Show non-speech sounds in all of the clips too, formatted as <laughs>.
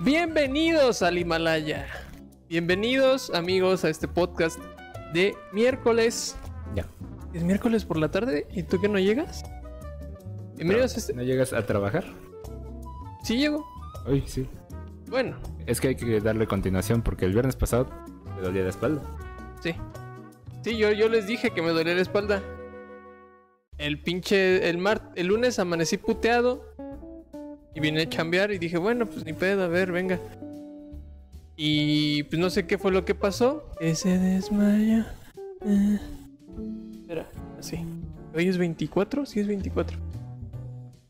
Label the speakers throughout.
Speaker 1: Bienvenidos al Himalaya. Bienvenidos, amigos, a este podcast de miércoles.
Speaker 2: Ya.
Speaker 1: ¿Es miércoles por la tarde? ¿Y tú que no llegas? Bienvenidos a este.
Speaker 2: ¿No llegas a trabajar?
Speaker 1: Sí, llego.
Speaker 2: Hoy sí.
Speaker 1: Bueno,
Speaker 2: Es que hay que darle continuación porque el viernes pasado me dolía la espalda.
Speaker 1: sí. Sí, yo, yo les dije que me dolía la espalda. El pinche. El, mar, el lunes amanecí puteado. Y vine a chambear y dije, bueno, pues ni pedo, a ver, venga. Y pues no sé qué fue lo que pasó. Que se desmayó. Eh. Espera, así. Hoy es 24, sí es 24.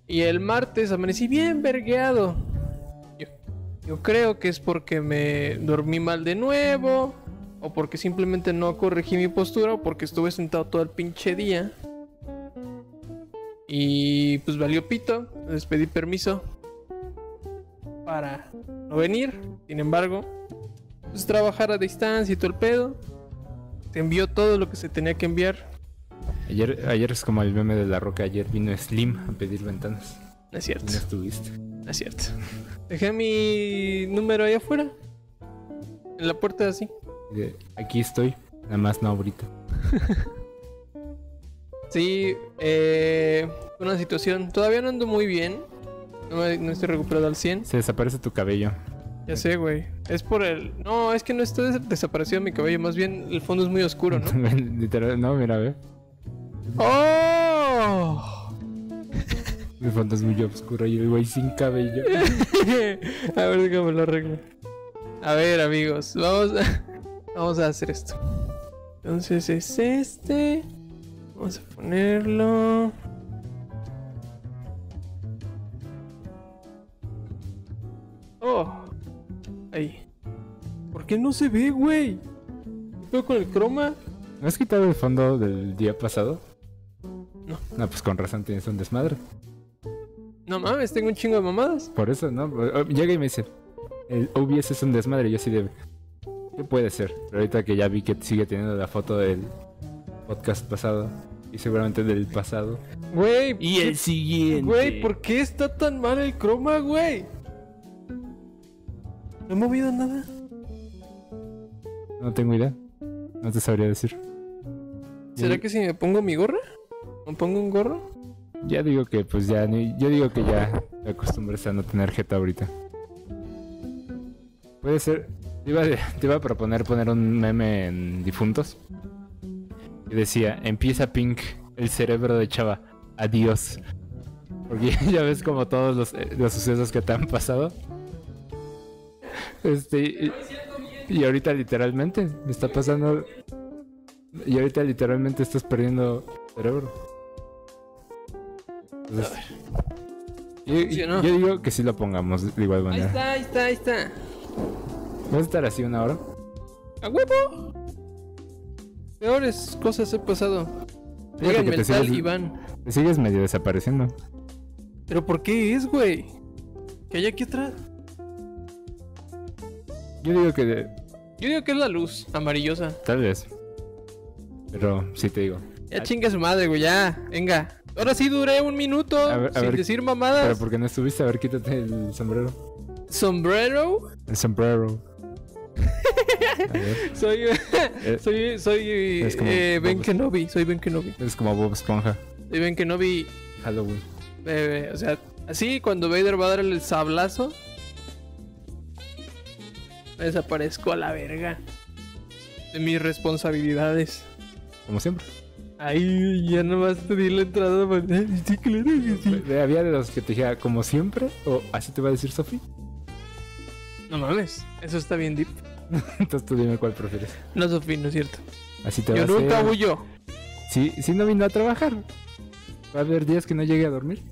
Speaker 1: Y el martes amanecí bien vergueado. Yo, yo creo que es porque me dormí mal de nuevo. O porque simplemente no corregí mi postura. O porque estuve sentado todo el pinche día. Y pues valió pito. Les pedí permiso para no venir. Sin embargo, pues trabajar a distancia y todo el pedo. Se envió todo lo que se tenía que enviar.
Speaker 2: Ayer, ayer es como el meme de la roca. Ayer vino Slim a pedir ventanas.
Speaker 1: No es
Speaker 2: Y
Speaker 1: cierto,
Speaker 2: no estuviste.
Speaker 1: no es cierto. Dejé mi número ahí afuera. En la puerta así.
Speaker 2: Y de, Aquí estoy. Nada más no ahorita.
Speaker 1: Sí, eh, una situación. Todavía no ando muy bien. No, me- no estoy recuperado al 100.
Speaker 2: Se desaparece tu cabello.
Speaker 1: Ya sé, güey. Es por el... No, es que no está des- desaparecido mi cabello. Más bien el fondo es muy oscuro, ¿no?
Speaker 2: <laughs> Literal, no, mira, ve.
Speaker 1: ¡Oh!
Speaker 2: Mi fondo es muy oscuro. Y el güey sin
Speaker 1: <laughs>
Speaker 2: cabello.
Speaker 1: a ver, déjame lo arreglo. A ver, amigos, vamos a, <laughs> vamos a hacer esto. Entonces es este. Vamos a ponerlo. Oh, ahí. ¿Por qué no se ve, güey? ¿Qué pedo con el croma?
Speaker 2: ¿No has quitado el fondo del día pasado?
Speaker 1: No.
Speaker 2: No, pues con razón tienes un desmadre.
Speaker 1: No mames, tengo un chingo de mamadas.
Speaker 2: Por eso, ¿no? O- o- Llega y me dice, el OBS es un desmadre. y Yo así de, ¿qué puede ser? Pero ahorita que ya vi que sigue teniendo la foto del podcast pasado y seguramente del pasado.
Speaker 1: Güey,
Speaker 3: Y el siguiente.
Speaker 1: Güey, ¿por qué está tan mal el croma, güey? No he movido nada.
Speaker 2: No tengo idea. No te sabría decir.
Speaker 1: ¿Será
Speaker 2: Yo-
Speaker 1: que si me pongo mi gorra? ¿Me pongo un gorro?
Speaker 2: Ya digo que, pues ya, ni- yo digo que ya te acostumbres a no tener jeta ahorita. Puede ser, te iba, a- te iba a proponer poner un meme en difuntos. Que decía, empieza Pink, el cerebro de Chava, adiós. Porque <laughs> ya ves como todos los, eh, los sucesos que te han pasado. Este, y, y ahorita literalmente, me está pasando... Y ahorita literalmente estás perdiendo cerebro. Entonces, yo,
Speaker 1: Funcionó.
Speaker 2: yo digo que sí lo pongamos de igual
Speaker 1: Ahí
Speaker 2: manera.
Speaker 1: está, ahí está, ahí está.
Speaker 2: ¿Vas a estar así una hora?
Speaker 1: ¡A huevo! Peores cosas he pasado.
Speaker 2: Fíjate que
Speaker 1: Díganme
Speaker 2: te
Speaker 1: el tal
Speaker 2: sigues,
Speaker 1: Iván.
Speaker 2: te sigues medio desapareciendo.
Speaker 1: ¿Pero por qué es, güey? ¿Qué hay aquí atrás?
Speaker 2: Yo digo que de-
Speaker 1: Yo digo que es la luz amarillosa.
Speaker 2: tal vez. Pero sí te digo.
Speaker 1: Ya chinga su madre, güey, ya. Venga. Ahora sí duré un minuto
Speaker 2: A ver, a
Speaker 1: sin
Speaker 2: ver,
Speaker 1: decir
Speaker 2: Pero
Speaker 1: mamadas.
Speaker 2: porque no estuviste, a ver, quítate el sombrero.
Speaker 1: Sombrero.
Speaker 2: El sombrero. <laughs> A ver,
Speaker 1: Soy, <laughs>
Speaker 2: Eh,
Speaker 1: soy, soy
Speaker 2: es como
Speaker 1: eh, Ben
Speaker 2: Bob Esponja.
Speaker 1: Kenobi, soy Ben Kenobi.
Speaker 2: eres como Bob Esponja.
Speaker 1: Soy Ben Kenobi,
Speaker 2: Halloween.
Speaker 1: eh, o sea, así cuando Vader va a darle el sablazo, me desaparezco a la verga de mis responsabilidades.
Speaker 2: Como siempre.
Speaker 1: Ay, ya nomás te di la entrada. man. Sí, claro que sí.
Speaker 2: Ve- Había de los que te dijera como siempre o así te va a decir Sophie.
Speaker 1: No mames, eso está bien deep.
Speaker 2: <laughs> Entonces tú dime cuál prefieres.
Speaker 1: No, Sofía, no es cierto.
Speaker 2: Así te va
Speaker 1: Yo
Speaker 2: a
Speaker 1: nunca
Speaker 2: hacer-
Speaker 1: huyo.
Speaker 2: Sí, sí no vino a trabajar. Va a haber días que no llegue a dormir.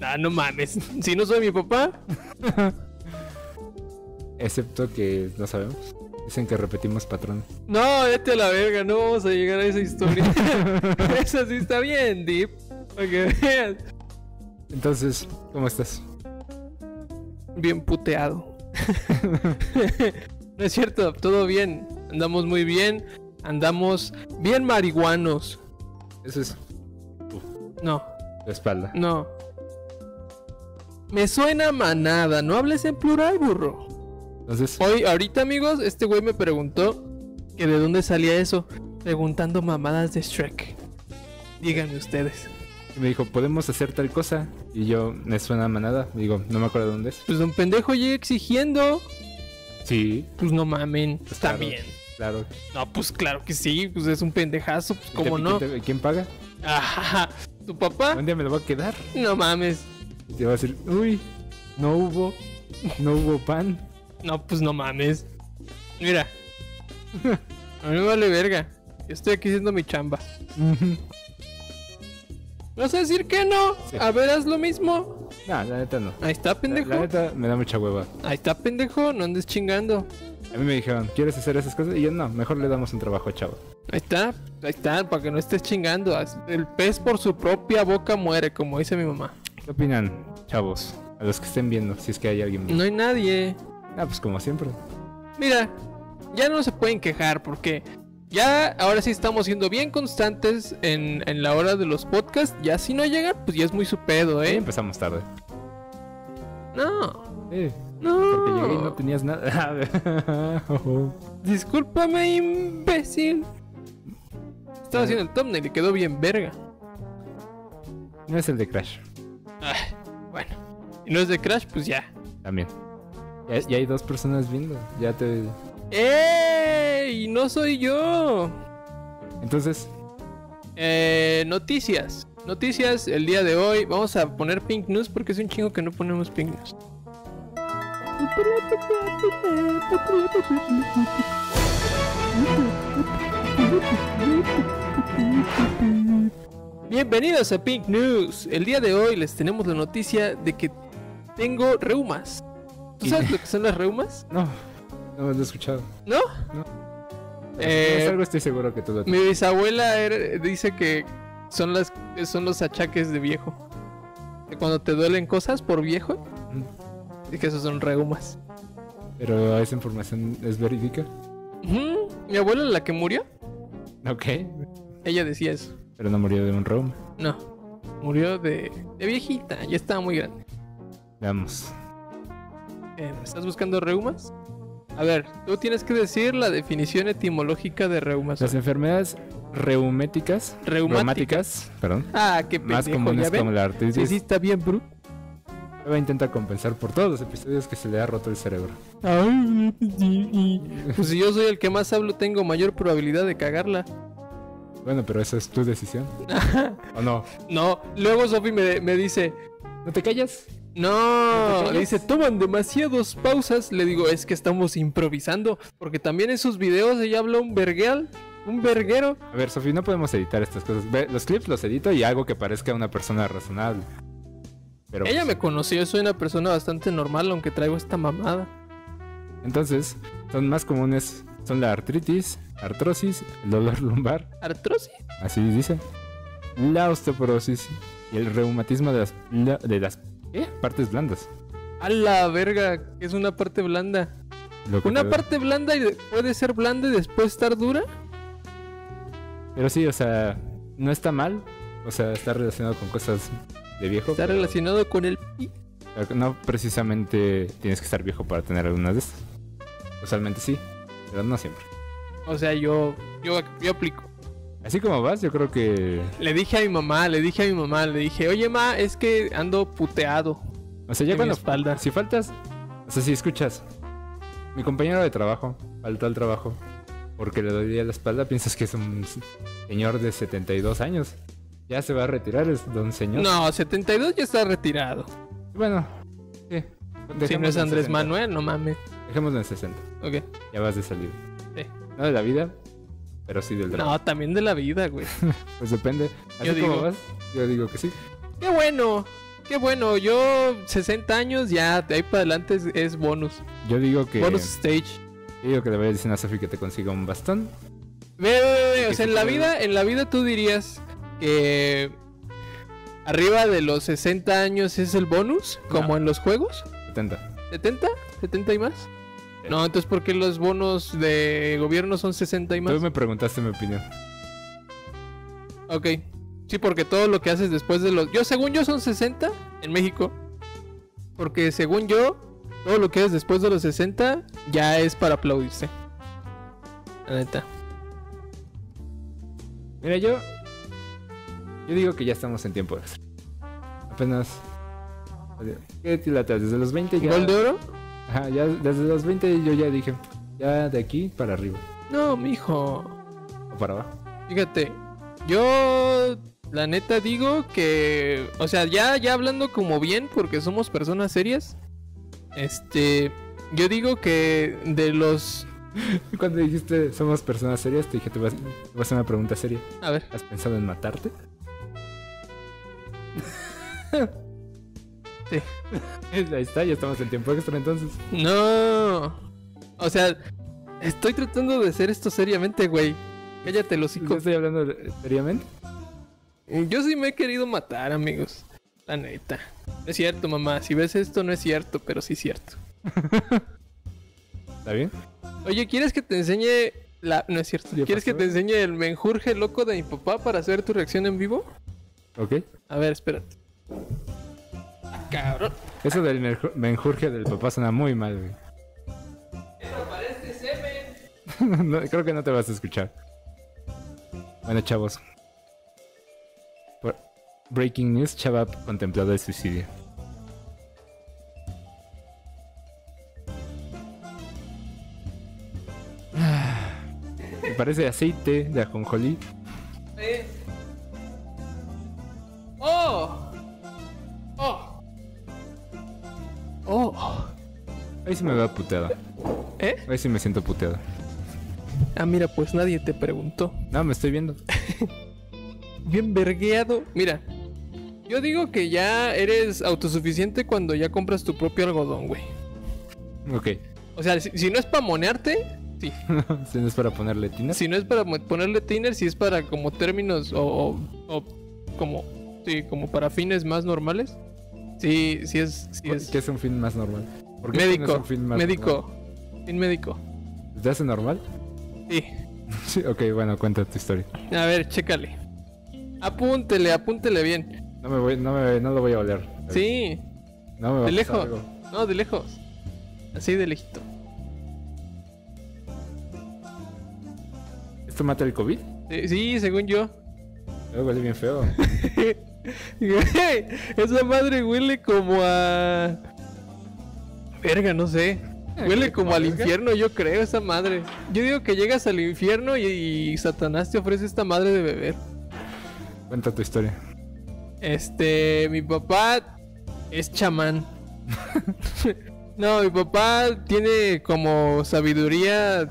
Speaker 1: Ah, no mames. Si no soy mi papá,
Speaker 2: Excepto que no sabemos. Dicen que repetimos patrón.
Speaker 1: No, vete a la verga, no vamos a llegar a esa historia. <laughs> Esa sí está bien, Deep. Para que veas.
Speaker 2: Entonces, ¿cómo estás?
Speaker 1: Bien puteado. no es cierto, todo bien. Andamos muy bien. Andamos bien marihuanos.
Speaker 2: Eso es
Speaker 1: No,
Speaker 2: la espalda.
Speaker 1: no. Me suena a manada. No hables en plural, burro.
Speaker 2: Entonces,
Speaker 1: Hoy, ahorita, amigos, este güey me preguntó que de dónde salía eso. Preguntando mamadas de Shrek. Díganme ustedes.
Speaker 2: me dijo, ¿podemos hacer tal cosa? Y yo, me suena a manada. Digo, no me acuerdo dónde es.
Speaker 1: Pues don pendejo llega exigiendo.
Speaker 2: Sí,
Speaker 1: Pues no mamen.
Speaker 2: Pues claro.
Speaker 1: También.
Speaker 2: claro.
Speaker 1: No, pues claro que sí. Pues es un pendejazo. Pues
Speaker 2: ¿Y
Speaker 1: cómo
Speaker 2: te-
Speaker 1: no. Ah.
Speaker 2: ¿quién, te- quién paga?
Speaker 1: Ajá. ¿Tu papá?
Speaker 2: Un día me lo va a quedar.
Speaker 1: No mames.
Speaker 2: Y te va a decir, uy, no hubo, no hubo pan.
Speaker 1: No, pues no mames. Mira. A mí me vale verga. Yo estoy aquí haciendo mi chamba.
Speaker 2: Ujú.
Speaker 1: ¿Me ¿Vas a decir que no?
Speaker 2: Sí.
Speaker 1: A ver, haz lo mismo.
Speaker 2: no, la neta no.
Speaker 1: Ahí está,
Speaker 2: La,
Speaker 1: pendejo.
Speaker 2: la neta me da mucha hueva.
Speaker 1: Ahí está, pendejo, no andes chingando.
Speaker 2: A mí me dijeron, ¿quieres hacer esas cosas? Y yo, no, mejor le damos un trabajo, chavo.
Speaker 1: Ahí está, ahí está, para que no estés chingando. Haz- El pez por su propia boca muere, como dice mi mamá.
Speaker 2: ¿Qué opinan, chavos? A los que estén viendo, si es que hay alguien.
Speaker 1: No hay nadie.
Speaker 2: Ah, pues como siempre.
Speaker 1: Mira, ya no se pueden quejar porque ya ahora sí estamos siendo bien constantes en, en la hora de los podcasts. Ya si no llegan, pues ya es muy su pedo,
Speaker 2: Sí,
Speaker 1: ¿eh?
Speaker 2: empezamos tarde.
Speaker 1: No,
Speaker 2: Sí, porque llegué y no
Speaker 1: no.
Speaker 2: tenías nada. <laughs>
Speaker 1: Discúlpame, imbécil. Estaba haciendo el thumbnail y quedó bien verga.
Speaker 2: no es el de Crash,
Speaker 1: Ah, bueno, y no es de Crash, pues ya.
Speaker 2: también. Ya, ya hay dos personas viendo. Ya te.
Speaker 1: ¡Ey! No soy yo.
Speaker 2: Entonces,
Speaker 1: Eh, noticias. Noticias el día de hoy. Vamos a poner Pink News porque es un chingo que no ponemos Pink News. Bienvenidos a Pink News. El día de hoy les tenemos la noticia de que tengo reumas. ¿Tú
Speaker 2: ¿Qué?
Speaker 1: sabes lo que son las reumas?
Speaker 2: no, no me lo he escuchado.
Speaker 1: ¿No?
Speaker 2: No.
Speaker 1: Eh,
Speaker 2: es algo estoy seguro que tú lo
Speaker 1: Mi bisabuela era- dice que son las son los achaques de viejo. Que cuando te duelen cosas por viejo,
Speaker 2: Mm.
Speaker 1: y que esos son reumas.
Speaker 2: Pero esa información es verídica.
Speaker 1: Ujú. Mi abuela, la que murió,
Speaker 2: Ok.
Speaker 1: ella decía eso.
Speaker 2: Pero no murió de un room.
Speaker 1: No, murió de, de viejita, ya estaba muy grande.
Speaker 2: Veamos.
Speaker 1: Eh, ¿Estás buscando reumas? A ver, tú tienes que decir la definición etimológica de reumas.
Speaker 2: Las enfermedades reumáticas.
Speaker 1: Reumática.
Speaker 2: Reumáticas, perdón.
Speaker 1: Ah, qué
Speaker 2: Más
Speaker 1: pendejo, ¿ya
Speaker 2: comunes
Speaker 1: ven?
Speaker 2: como la
Speaker 1: Sí,
Speaker 2: artritis.
Speaker 1: sí, está bien, Bru.
Speaker 2: Eva intenta compensar por todos los episodios que se le ha roto el cerebro.
Speaker 1: Ay, sí, sí. Pues si yo soy el que más hablo, tengo mayor probabilidad de cagarla.
Speaker 2: Bueno, pero esa es
Speaker 1: <laughs>
Speaker 2: tu decisión. ¿O no?
Speaker 1: No, luego Sofi me, me dice,
Speaker 2: ¿No te callas? ¿No te
Speaker 1: no,
Speaker 2: callas?
Speaker 1: le dice, toman demasiadas pausas. Le digo, es que estamos improvisando, porque también en sus videos ella habló un vergueal, un verguero.
Speaker 2: A ver, Sofía, no podemos editar estas cosas. Ve, los clips los edito y hago que parezca una persona razonable. Pero pues
Speaker 1: Ella me conoció, soy una persona bastante normal, aunque traigo esta mamada.
Speaker 2: entonces son más comunes son la artritis, artrosis, el dolor lumbar,
Speaker 1: ¿Artrosis?
Speaker 2: así dice, la osteoporosis y el reumatismo de las la- de las ¿qué? partes blandas.
Speaker 1: A la verga, que es una parte blanda.
Speaker 2: Lo que
Speaker 1: Una
Speaker 2: te-
Speaker 1: parte blanda y de- puede ser blanda y después estar dura.
Speaker 2: Pero sí, o sea, no está mal, o sea, está relacionado con cosas de viejo.
Speaker 1: Está
Speaker 2: pero-
Speaker 1: relacionado con el pi.
Speaker 2: Pero No precisamente tienes que estar viejo para tener algunas de estas. Usualmente sí, pero no siempre.
Speaker 1: O sea, yo, yo, yo aplico.
Speaker 2: Así como vas, yo creo que.
Speaker 1: Le dije a mi mamá, le dije a mi mamá, le dije, oye ma, es que ando puteado.
Speaker 2: O sea,
Speaker 1: De
Speaker 2: ya
Speaker 1: mi
Speaker 2: cuando.
Speaker 1: espalda.
Speaker 2: Si faltas. O sea, si escuchas. Mi compañero de trabajo faltó al trabajo porque le dolía la espalda. Piensas que es un señor de 72 años. Ya se va a retirar, es don señor.
Speaker 1: No, 72 ya está retirado.
Speaker 2: Bueno, sí.
Speaker 1: si no
Speaker 2: dejémoslo
Speaker 1: es
Speaker 2: en
Speaker 1: Andrés
Speaker 2: 60,
Speaker 1: Manuel, no mames.
Speaker 2: Dejémoslo en 60.
Speaker 1: Ok.
Speaker 2: Ya vas de salida.
Speaker 1: Sí.
Speaker 2: No de la vida, pero sí del trabajo.
Speaker 1: No, también de la vida, güey.
Speaker 2: Pues depende. Así
Speaker 1: Yo
Speaker 2: como
Speaker 1: digo.
Speaker 2: vas, yo digo que sí.
Speaker 1: Qué bueno, qué bueno. Yo, 60 años, ya de ahí para adelante es, es bonus.
Speaker 2: Yo digo que.
Speaker 1: Bonus stage.
Speaker 2: Yo digo que le vayas diciendo a Sofi que te consiga un bastón.
Speaker 1: Ve, ve, ve, ve,
Speaker 2: Que
Speaker 1: O sea,
Speaker 2: sí
Speaker 1: en la
Speaker 2: puede.
Speaker 1: vida, en la vida tú dirías que arriba de los 60 años es el bonus, como
Speaker 2: No.
Speaker 1: en los juegos.
Speaker 2: 70.
Speaker 1: ¿70? ¿70 y más?
Speaker 2: Sí.
Speaker 1: No, entonces, ¿por qué los bonos de gobierno son 60 y más?
Speaker 2: Tú me preguntaste mi opinión.
Speaker 1: Ok. Sí, porque todo lo que haces después de los... Yo, según yo, son 60 en México. Porque según yo, Todo lo que es después de los 60 ya es para aplaudirse. La neta.
Speaker 2: Mira, yo. Yo digo que ya estamos en tiempo extra. Apenas. ¿Qué te latas? Desde los 20 ya.
Speaker 1: ¿Gol de oro?
Speaker 2: Ajá, ya desde los 20 yo ya dije. Ya de aquí para arriba.
Speaker 1: No, mijo.
Speaker 2: O para abajo.
Speaker 1: Fíjate, yo la neta digo que, o sea, ya, ya hablando como bien, porque somos personas serias, este, yo digo que de los...
Speaker 2: Cuando dijiste somos personas serias, te dije, te vas, te vas a hacer una pregunta seria.
Speaker 1: A ver,
Speaker 2: ¿Has pensado en matarte?
Speaker 1: Sí.
Speaker 2: <laughs> Ahí está, ya estamos en tiempo extra entonces.
Speaker 1: no. O sea, estoy tratando de hacer esto seriamente, güey. Cállate, los
Speaker 2: Yo estoy hablando de- seriamente.
Speaker 1: Yo sí me he querido matar, amigos. La neta. No es cierto, mamá. Si ves esto, no es cierto, pero sí es cierto.
Speaker 2: ¿Está bien?
Speaker 1: Oye, ¿quieres que te enseñe la... No es cierto.
Speaker 2: Ya
Speaker 1: ¿Quieres que
Speaker 2: pasó.
Speaker 1: te enseñe el menjurje loco de mi papá para hacer tu reacción en vivo?
Speaker 2: Ok.
Speaker 1: A ver, espérate. Ah, cabrón.
Speaker 2: Eso del menju- menjurje del papá suena muy mal, güey.
Speaker 1: Esto parece semen.
Speaker 2: No, creo que no te vas a escuchar. Bueno, chavos. Por- Breaking news, chava contemplado el suicidio. Ah, Parece aceite de ajonjolí.
Speaker 1: Eh. ¡Oh! ¡Oh! ¡Oh!
Speaker 2: Ahí sí me va puteada.
Speaker 1: ¿Eh?
Speaker 2: Ahí sí me siento puteada.
Speaker 1: Ah, mira, pues nadie te preguntó.
Speaker 2: No, me estoy viendo.
Speaker 1: Bien vergueado. Mira, yo digo que ya eres autosuficiente cuando ya compras tu propio algodón, güey.
Speaker 2: Ok. <laughs>
Speaker 1: O sea, si, si no es para monearte, sí.
Speaker 2: Si no es para ponerle tina.
Speaker 1: Si no es para mo- ponerle tiner, si es para como términos o, o- o como, sí, como para fines más normales. Sí, sí es, sí es.
Speaker 2: Pues, ¿Qué es un fin más normal? ¿Por qué
Speaker 1: médico,
Speaker 2: no es un fin más
Speaker 1: médico, fin médico.
Speaker 2: normal? ¿Te hace normal?
Speaker 1: Sí.
Speaker 2: Sí, ok, bueno, cuenta tu historia.
Speaker 1: A ver, chécale. Apúntele, apúntele bien.
Speaker 2: No me voy, no me, no lo voy a oler.
Speaker 1: Sí,
Speaker 2: No me va a
Speaker 1: de
Speaker 2: pasar
Speaker 1: lejos.
Speaker 2: algo.
Speaker 1: No, de lejos. Así de lejito.
Speaker 2: ¿Esto mata el COVID?
Speaker 1: Sí, sí, según yo. <laughs>
Speaker 2: Luego huele bien feo.
Speaker 1: Güey, Esa madre huele como a. Verga, no sé. Huele como al
Speaker 2: Eh, verga?
Speaker 1: infierno, yo creo, esa madre. Yo digo que llegas al infierno y, y Satanás te ofrece esta madre de beber.
Speaker 2: cuenta tu historia.
Speaker 1: Este, mi papá es chamán. no, mi papá tiene como sabiduría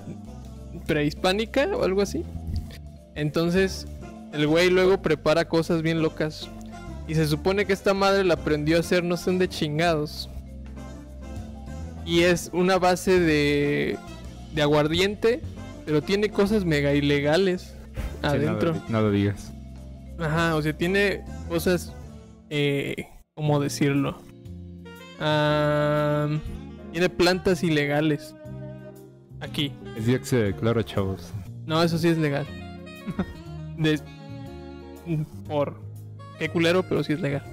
Speaker 1: prehispánica o algo así. Entonces, el güey luego prepara cosas bien locas. Y se supone que esta madre la aprendió a hacer no sé dónde chingados. Y es una base de, de aguardiente, pero tiene cosas mega ilegales
Speaker 2: Sí,
Speaker 1: adentro.
Speaker 2: no, lo di- no lo digas.
Speaker 1: Ajá, o sea, tiene cosas. Eh, ¿Cómo decirlo? Ah, tiene plantas ilegales. Aquí.
Speaker 2: Es dióxido de cloro, chavos.
Speaker 1: No, eso sí es legal. <laughs> De- Por. Qué culero, pero sí es legal.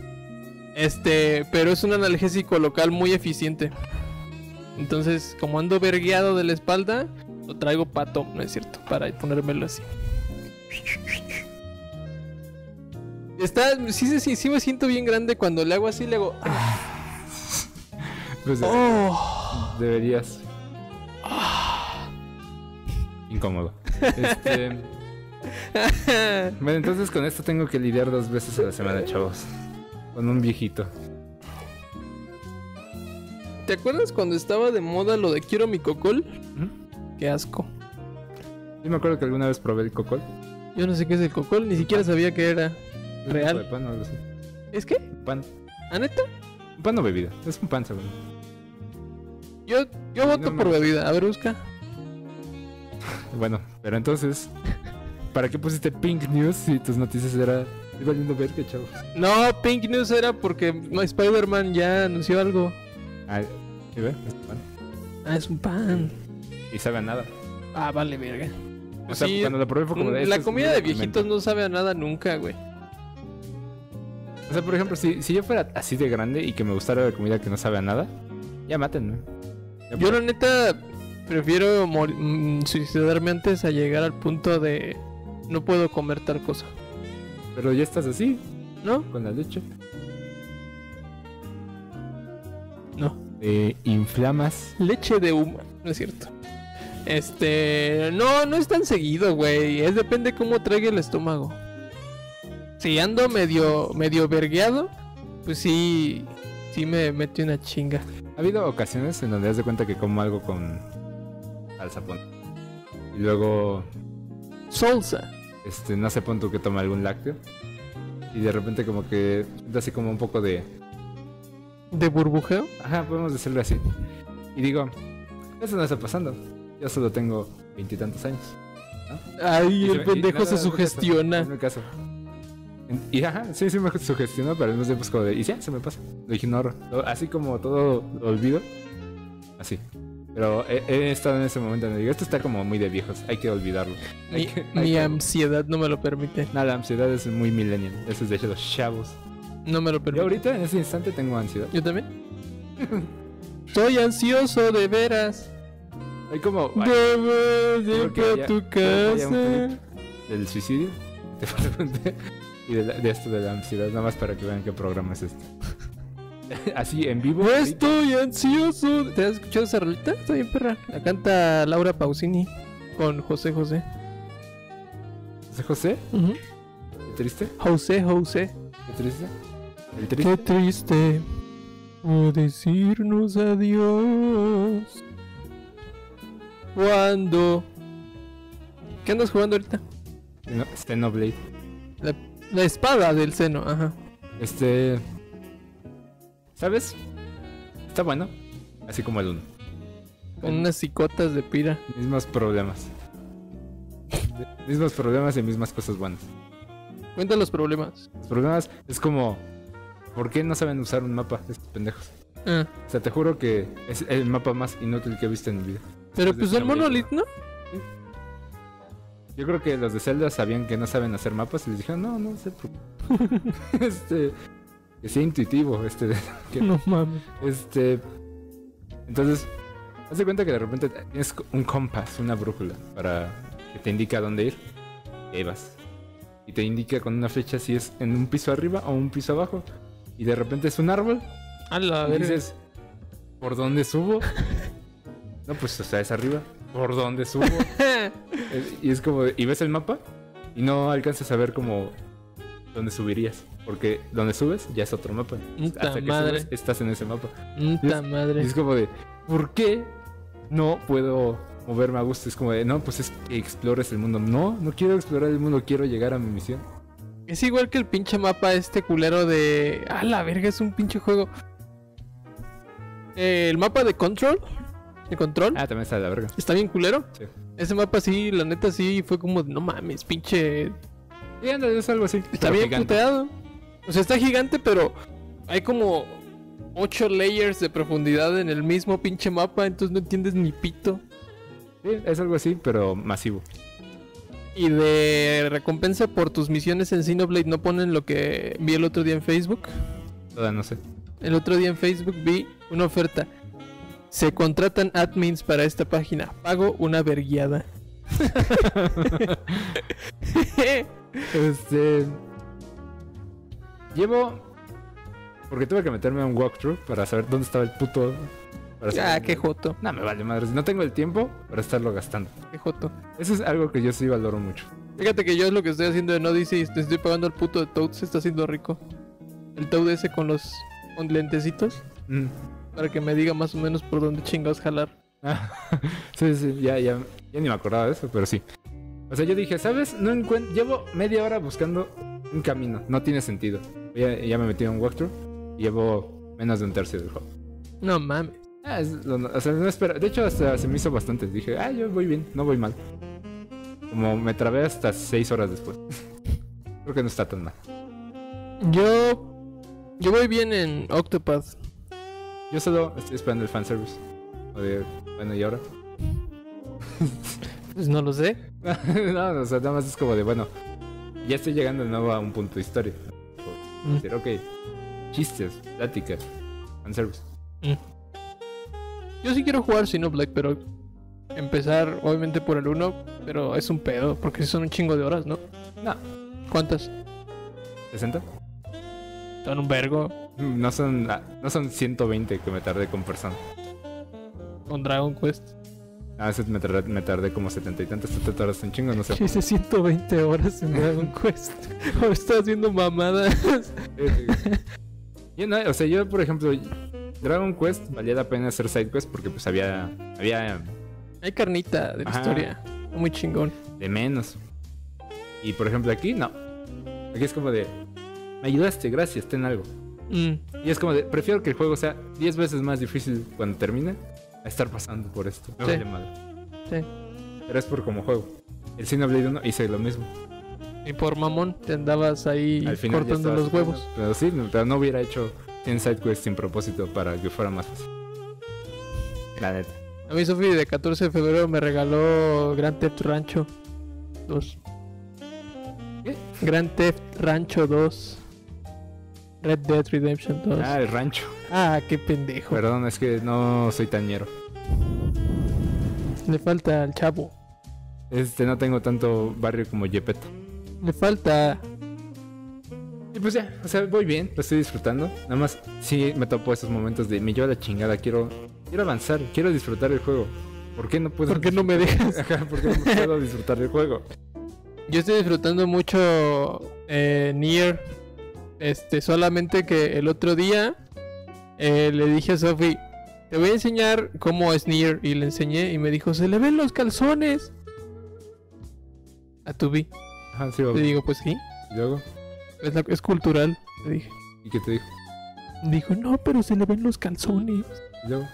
Speaker 1: Este, pero es un analgésico local muy eficiente. Entonces, como ando vergueado de la espalda, lo traigo pato, no es cierto, para ponérmelo así. Está, sí, sí, sí, sí me siento bien grande cuando le hago así, le hago. "Ah,
Speaker 2: Pues
Speaker 1: oh". <laughs>
Speaker 2: deberías. Incómodo. Este, bueno, entonces con esto tengo que lidiar dos veces a la semana, chavos. Con un viejito.
Speaker 1: ¿Te acuerdas cuando estaba de moda lo de quiero mi cocol?
Speaker 2: Ujú.
Speaker 1: Qué asco.
Speaker 2: Yo me acuerdo que alguna vez probé el cocol.
Speaker 1: Yo no sé qué es el cocol, ni siquiera sabía qué era.
Speaker 2: Un
Speaker 1: Real.
Speaker 2: tipo de pan, o algo así.
Speaker 1: ¿Es que?
Speaker 2: Un pan.
Speaker 1: ¿A neta?
Speaker 2: Un pan o bebida. Es un pan, según.
Speaker 1: Yo, yo voto
Speaker 2: no me
Speaker 1: por
Speaker 2: gusta.
Speaker 1: bebida. A ver, busca.
Speaker 2: Bueno, pero entonces, ¿para qué pusiste Pink News si tus noticias era iba lindo verte, chavo?
Speaker 1: No, Pink News era porque Spider-Man ya anunció algo.
Speaker 2: Ah, ¿qué ve? Es pan.
Speaker 1: Ah, es un pan.
Speaker 2: Y sabe a nada.
Speaker 1: Ah, vale, verga.
Speaker 2: O sea,
Speaker 1: Sí,
Speaker 2: cuando lo probé fue como de,
Speaker 1: la
Speaker 2: "Esto es
Speaker 1: comida de
Speaker 2: mero alimento".
Speaker 1: viejitos no sabe a nada nunca, güey.
Speaker 2: O sea, por ejemplo, si, si yo fuera así de grande y que me gustara la comida que no sabe a nada, Ya mátenme. Ya pues,
Speaker 1: Yo
Speaker 2: por-
Speaker 1: la neta prefiero mor- mm, suicidarme antes a llegar al punto de no puedo comer tal cosa,
Speaker 2: Pero ya estás así,
Speaker 1: ¿no?
Speaker 2: con la leche.
Speaker 1: No.
Speaker 2: Te inflamas.
Speaker 1: Leche de humo, no es cierto. Este, no, no es tan seguido, güey. Es depende cómo traiga el estómago. Si ando medio medio vergueado, pues sí sí me metí una chinga.
Speaker 2: Ha habido ocasiones en donde das de cuenta que como algo con salsa pon. Y luego,
Speaker 1: Salsa.
Speaker 2: este, no sé, pon tú que toma algún lácteo. Y de repente como que da así como un poco de...
Speaker 1: ¿De burbujeo?
Speaker 2: Ajá, podemos decirlo así. Y digo, eso no está pasando. Yo solo tengo veintitantos años.
Speaker 1: Ay,
Speaker 2: Y
Speaker 1: el
Speaker 2: y
Speaker 1: pendejo se
Speaker 2: nada, no me pasa,
Speaker 1: sugestiona.
Speaker 2: No me caso. En- Y ajá, sí, sí me sugestionó, pero al mismo tiempo es como de, y ya, se me pasa. Lo ignoro. Lo- así como todo lo olvido. Así. Pero he, he estado en ese momento donde digo, esto está como muy de viejos, hay que olvidarlo.
Speaker 1: Mi,
Speaker 2: Hay que- hay
Speaker 1: mi
Speaker 2: que-
Speaker 1: ansiedad no me lo permite.
Speaker 2: No, la ansiedad es muy millennial. Eso es de hecho los chavos.
Speaker 1: No me lo
Speaker 2: Yo
Speaker 1: permite.
Speaker 2: ahorita en ese instante tengo ansiedad.
Speaker 1: Yo
Speaker 2: <laughs>
Speaker 1: también. Soy ansioso, de veras.
Speaker 2: Hay como ay,
Speaker 1: Debes
Speaker 2: creo que
Speaker 1: irte
Speaker 2: ya-
Speaker 1: a tu
Speaker 2: creo que ya un
Speaker 1: casa.
Speaker 2: del suicidio. <laughs> Te pregunté. Y de, la- de esto de la ansiedad, nada más para que vean qué programa es este. <laughs> Así en vivo.
Speaker 1: No
Speaker 2: ahorita.
Speaker 1: Pues estoy ansioso. ¿Te has escuchado esa rolita? Está bien, perra. La canta Laura Pausini con José José.
Speaker 2: José José, qué triste,
Speaker 1: José José.
Speaker 2: qué triste. El triste.
Speaker 1: Qué triste fue decirnos adiós. ¿Cuándo? ¿Qué andas jugando ahorita?
Speaker 2: No, Xenoblade.
Speaker 1: La, la espada del seno, ajá.
Speaker 2: Este. ¿Sabes? Está bueno. Así como el 1.
Speaker 1: Con unas cicotas de pira.
Speaker 2: Mismos problemas. De- mismos problemas y mismas cosas buenas.
Speaker 1: Cuenta los problemas.
Speaker 2: Los problemas es como. ¿Por qué no saben usar un mapa estos pendejos?
Speaker 1: Ah,
Speaker 2: O sea, te juro que es el mapa más inútil que he visto en mi vida.
Speaker 1: Pero
Speaker 2: Después de
Speaker 1: pues el
Speaker 2: Xenoblade.
Speaker 1: monolith, ¿no?
Speaker 2: Yo creo que los de Zelda sabían que no saben hacer mapas y les dijeron, no, no sé. este. Que sea intuitivo, este. que-
Speaker 1: No mames.
Speaker 2: Este. Entonces, haz de cuenta que de repente tienes un compás, una brújula, para que te indica dónde ir. Y ahí vas. Y te indica con una flecha si es en un piso arriba o un piso abajo. Y de repente es un árbol.
Speaker 1: A la
Speaker 2: y
Speaker 1: verga.
Speaker 2: <laughs> dices, ¿por dónde subo? <laughs> no, pues, o sea, es arriba. ¿Por dónde subo? Eh, y <laughs> es como, de- y ves el mapa y no alcanzas a ver como dónde subirías. Porque donde subes ya es otro mapa.
Speaker 1: Puta
Speaker 2: Hasta que
Speaker 1: madre.
Speaker 2: subes, estás en ese mapa.
Speaker 1: <laughs> Puta
Speaker 2: Y
Speaker 1: madre.
Speaker 2: es como de, ¿por qué no puedo moverme a gusto? Es como de, no, pues es que explores el mundo. No, no quiero explorar el mundo, quiero llegar a mi misión.
Speaker 1: Es igual que el pinche mapa este culero de. A la verga, es un pinche juego. Eh, el mapa de control. De control.
Speaker 2: Ah, también está de la verga.
Speaker 1: Está bien culero.
Speaker 2: Sí.
Speaker 1: Ese mapa sí, la neta sí fue como, no mames, pinche
Speaker 2: Y ándale, es algo así.
Speaker 1: Está
Speaker 2: pero
Speaker 1: bien
Speaker 2: gigante.
Speaker 1: puteado. O sea, está gigante, pero hay como ocho layers de profundidad en el mismo pinche mapa, entonces no entiendes ni pito.
Speaker 2: Sí, es algo así, pero masivo.
Speaker 1: Y de recompensa por tus misiones en Xenoblade no ponen lo que vi el otro día en Facebook.
Speaker 2: Toda, no sé.
Speaker 1: El otro día en Facebook vi una oferta. Se contratan admins para esta página. Pago una verguiada.
Speaker 2: Este. Llevo. Porque tuve que meterme a un walkthrough para saber dónde estaba el puto. Para
Speaker 1: ah,
Speaker 2: saber-
Speaker 1: qué joto,
Speaker 2: No me vale madres. No tengo el tiempo para estarlo gastando.
Speaker 1: qué joto.
Speaker 2: Eso es algo que yo sí valoro mucho.
Speaker 1: Fíjate que yo es lo que estoy haciendo en Odyssey. Te estoy pagando al puto de Toad. Se está haciendo rico. El Toad ese con los con lentecitos.
Speaker 2: Mm.
Speaker 1: Para que me diga más o menos por dónde chingados jalar.
Speaker 2: Ah, sí, sí, ya, ya, ya ni me acordaba de eso, pero sí. O sea, yo dije, ¿sabes? No encuentro. Llevo media hora buscando un camino. No tiene sentido. Ya, ya me metí en un walkthrough. y Llevo menos de un tercio del juego.
Speaker 1: No mames.
Speaker 2: Ah, es lo- o sea, no espera. De hecho, hasta se me hizo bastante. Dije, ah, yo voy bien, no voy mal. Como me trabé hasta seis horas después. <laughs> Creo que no está tan mal.
Speaker 1: Yo. Yo voy bien en Octopath.
Speaker 2: Yo solo estoy esperando el fanservice. O de, bueno, ¿y ahora? <laughs>
Speaker 1: Pues no lo sé.
Speaker 2: no, o sea, nada más es como de, bueno, ya estoy llegando de nuevo a un punto de historia. Decir, ok, chistes, pláticas, fanservice.
Speaker 1: Mm. Yo sí quiero jugar Black, pero empezar obviamente por el 1, pero es un pedo, porque sí son un chingo de horas, ¿no?
Speaker 2: No.
Speaker 1: ¿Cuántas?
Speaker 2: ¿60?
Speaker 1: Son un vergo.
Speaker 2: Mm, No son, ah, no son 120 que me tardé con Persona.
Speaker 1: Con Dragon Quest.
Speaker 2: A veces me tardé, me tardé como 70 y tantos. Tú te tardas un chingo, no
Speaker 1: <laughs>
Speaker 2: sé.
Speaker 1: Hice 120 horas en <laughs> Dragon Quest. O estás viendo mamadas.
Speaker 2: <laughs> Yo no, o sea, yo por ejemplo, Dragon Quest valía la pena hacer side quest porque pues había, había
Speaker 1: <laughs> Hay carnita de la
Speaker 2: Ajá.
Speaker 1: historia. Muy chingón.
Speaker 2: de menos. Y por ejemplo aquí no. Aquí es como de, me ayudaste, gracias, ten algo.
Speaker 1: Mm.
Speaker 2: Y es como de, prefiero que el juego sea 10 veces más difícil cuando termine a estar pasando por esto. Me
Speaker 1: Sí.
Speaker 2: vale madre.
Speaker 1: Sí.
Speaker 2: Pero es por como juego. El Xenoblade 1 hice lo mismo.
Speaker 1: Y por mamón te andabas ahí
Speaker 2: Al final ya
Speaker 1: cortando
Speaker 2: estabas
Speaker 1: los huevos.
Speaker 2: jugando. Pero sí, no- pero no hubiera hecho 100 side quests sin propósito para que fuera más fácil. La neta.
Speaker 1: A mí Sofi de 14 de febrero me regaló Grand Theft Rancho 2.
Speaker 2: ¿Qué?
Speaker 1: Grand Theft Rancho 2. Red Dead Redemption 2.
Speaker 2: Ah, el rancho.
Speaker 1: Ah, qué pendejo.
Speaker 2: Perdón, es que no soy tañero.
Speaker 1: Le falta al chavo.
Speaker 2: Este, no tengo tanto barrio como Yepeto.
Speaker 1: Le falta.
Speaker 2: Y pues ya, o sea, voy bien, lo estoy disfrutando. Nada más, sí me topo esos momentos de me lleva la chingada, quiero, quiero avanzar, quiero disfrutar el juego. ¿Por qué no puedo?
Speaker 1: ¿Por qué no me dejas?
Speaker 2: <laughs> Ajá, ¿por qué no puedo disfrutar el juego?
Speaker 1: Yo estoy disfrutando mucho eh, Nier. Este, solamente que el otro día eh, le dije a Sofi, te voy a enseñar cómo es Nier. Y le enseñé y me dijo, se le ven los calzones. A tu vi.
Speaker 2: Ajá, sí,
Speaker 1: Le
Speaker 2: obvio.
Speaker 1: digo, pues sí,
Speaker 2: ¿Y luego?
Speaker 1: es, la- es cultural. Le dije.
Speaker 2: ¿Y qué te dijo?
Speaker 1: Dijo, no, pero se le ven los calzones.
Speaker 2: ¿Y luego?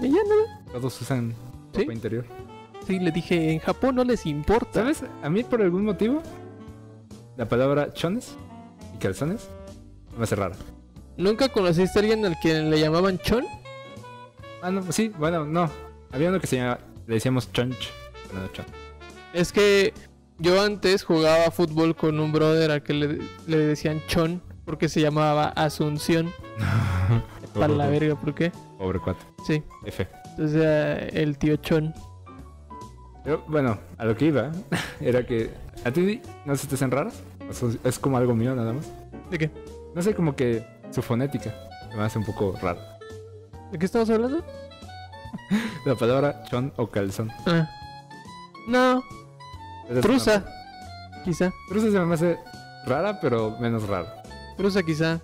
Speaker 1: Y ya no.
Speaker 2: Todos usan ropa
Speaker 1: Sí.
Speaker 2: interior.
Speaker 1: Sí, le dije, en Japón no les importa.
Speaker 2: ¿Sabes? A mí por algún motivo, la palabra chones y calzones me hace rara.
Speaker 1: ¿Nunca conociste a alguien al quien le llamaban chon?
Speaker 2: Ah, no, sí, bueno, no. Había uno que se llamaba, le decíamos chonch. pero no chon.
Speaker 1: Es que yo antes jugaba fútbol con un brother al que le, le decían Chon porque se llamaba Asunción. Para la verga, ¿por qué?
Speaker 2: Pobre cuatro.
Speaker 1: Sí.
Speaker 2: F.
Speaker 1: Entonces era el tío Chon.
Speaker 2: Pero bueno, a lo que iba <laughs> era que a ti no se te hacen raras. O sea, es como algo mío nada más.
Speaker 1: ¿De qué?
Speaker 2: No sé, como que su fonética me hace un poco rara.
Speaker 1: ¿De qué estamos hablando?
Speaker 2: La palabra chon o calzón.
Speaker 1: Ah. No,
Speaker 2: Esa es
Speaker 1: trusa.
Speaker 2: una-
Speaker 1: Quizá.
Speaker 2: Trusa se me hace rara, pero menos rara.
Speaker 1: Trusa quizá.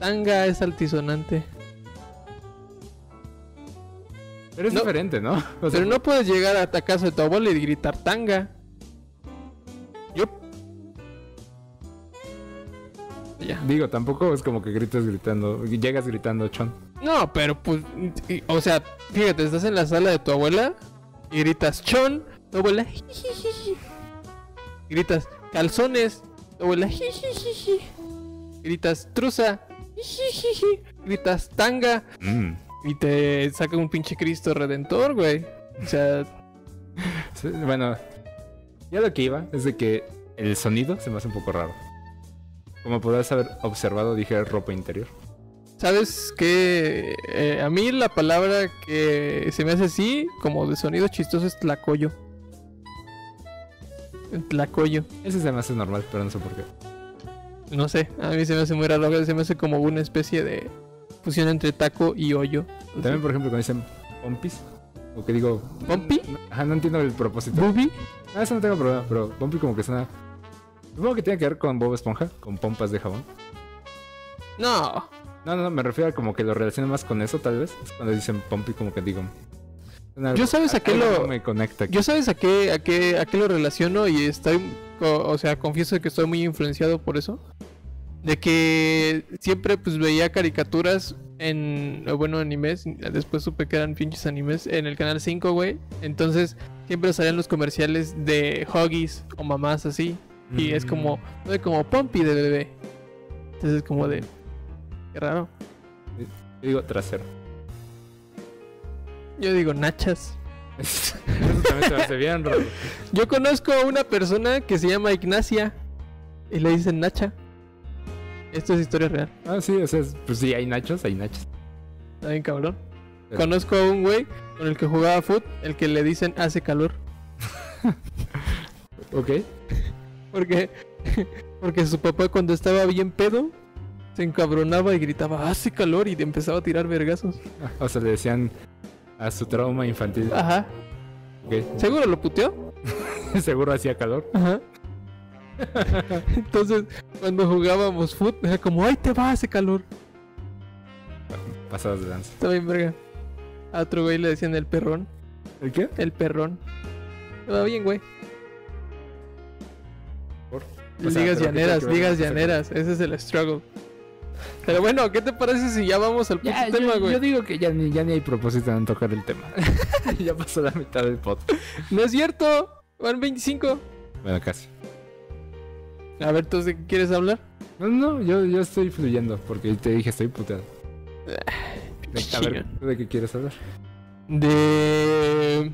Speaker 1: Tanga es altisonante.
Speaker 2: Pero es
Speaker 1: No.
Speaker 2: diferente, ¿no? <laughs> O sea,
Speaker 1: Pero no puedes llegar a la casa de tu abuelo y gritar tanga. Yo. Ya.
Speaker 2: Digo, tampoco es como que gritas gritando, llegas gritando chon.
Speaker 1: No, pero pues, y- o sea, fíjate, estás en la sala de tu abuela y gritas chon, tu abuela jijijiji. Gritas calzones, tu abuela jijijiji. Gritas truza, jijijiji. Gritas tanga y te saca un pinche Cristo redentor, güey. O sea,
Speaker 2: Sí, Bueno, ya lo que iba es de que el sonido se me hace un poco raro. Como podrás haber observado, dije ropa interior.
Speaker 1: ¿sabes qué? Eh, a mí la palabra que se me hace así, como de sonido chistoso, es tlacoyo. Tlacoyo.
Speaker 2: Ese se me hace normal, pero no sé por qué.
Speaker 1: No sé, a mí se me hace muy raro, se me hace como una especie de fusión entre taco y hoyo.
Speaker 2: También, por ejemplo, cuando dicen pompis, o que digo...
Speaker 1: ¿Pompi?
Speaker 2: Ajá, no entiendo el propósito.
Speaker 1: ¿Bubi?
Speaker 2: Ah, eso no tengo problema, pero pompi como que suena... Supongo que tiene que ver con Bob Esponja, con pompas de jabón.
Speaker 1: No.
Speaker 2: No, no, no, me refiero a como que lo relaciono más con eso, tal vez. Es cuando dicen pompi como que digo... suena
Speaker 1: Yo sabes a qué
Speaker 2: algo
Speaker 1: lo-
Speaker 2: no me conecta. aquí.
Speaker 1: Yo sabes a qué, a qué, a qué lo relaciono y estoy, co- o sea, confieso que estoy muy influenciado por eso. De que siempre pues veía caricaturas en, o bueno, animes, después supe que eran pinches animes, en el canal 5, güey. Entonces siempre salían los comerciales de Huggies o mamás así. Y
Speaker 2: Mm.
Speaker 1: es como, no, como Pompi de bebé. Entonces es como de. Qué raro.
Speaker 2: Yo digo trasero.
Speaker 1: Yo digo nachas.
Speaker 2: Eso también se me hace bien raro.
Speaker 1: Yo conozco a una persona que se llama Ignacia y le dicen Nacha. Esto es historia real.
Speaker 2: Ah, sí, o sea, es- pues sí, hay nachos, hay nachos.
Speaker 1: Está bien, cabrón.
Speaker 2: Pero-
Speaker 1: Conozco a un güey con el que jugaba foot, el que le dicen hace calor.
Speaker 2: Ok.
Speaker 1: Porque, <laughs> porque su papá cuando estaba bien pedo, se encabronaba y gritaba, hace calor, y empezaba a tirar vergazos.
Speaker 2: Ah, O sea, le decían a su trauma infantil.
Speaker 1: Ajá.
Speaker 2: Ok. <laughs>
Speaker 1: ¿Seguro lo puteó?
Speaker 2: Seguro hacía calor.
Speaker 1: Ajá. <laughs> Entonces, cuando jugábamos foot, era como, ay, te va, hace calor.
Speaker 2: Pasadas de danza.
Speaker 1: Está bien, verga. A otro güey le decían el perrón.
Speaker 2: ¿El qué?
Speaker 1: El perrón. Te va bien, güey.
Speaker 2: Por-
Speaker 1: Ligas
Speaker 2: o sea, pero ¿qué tiene
Speaker 1: llaneras,
Speaker 2: que ver
Speaker 1: ligas
Speaker 2: con hacer
Speaker 1: llaneras. Ese es el struggle. Pero bueno, ¿qué te parece si ya vamos al puto
Speaker 2: Ya,
Speaker 1: tema,
Speaker 2: yo,
Speaker 1: güey?
Speaker 2: yo digo que ya ni, ya ni hay propósito en tocar el tema. <laughs> ya pasó la mitad del podcast.
Speaker 1: No es cierto. Van 25.
Speaker 2: Bueno, casi.
Speaker 1: A ver, ¿tú de qué quieres hablar?
Speaker 2: No, no, yo, yo estoy fluyendo porque te dije estoy puteado. De, a ver,
Speaker 1: chingón.
Speaker 2: ¿tú ¿de qué quieres hablar?
Speaker 1: De...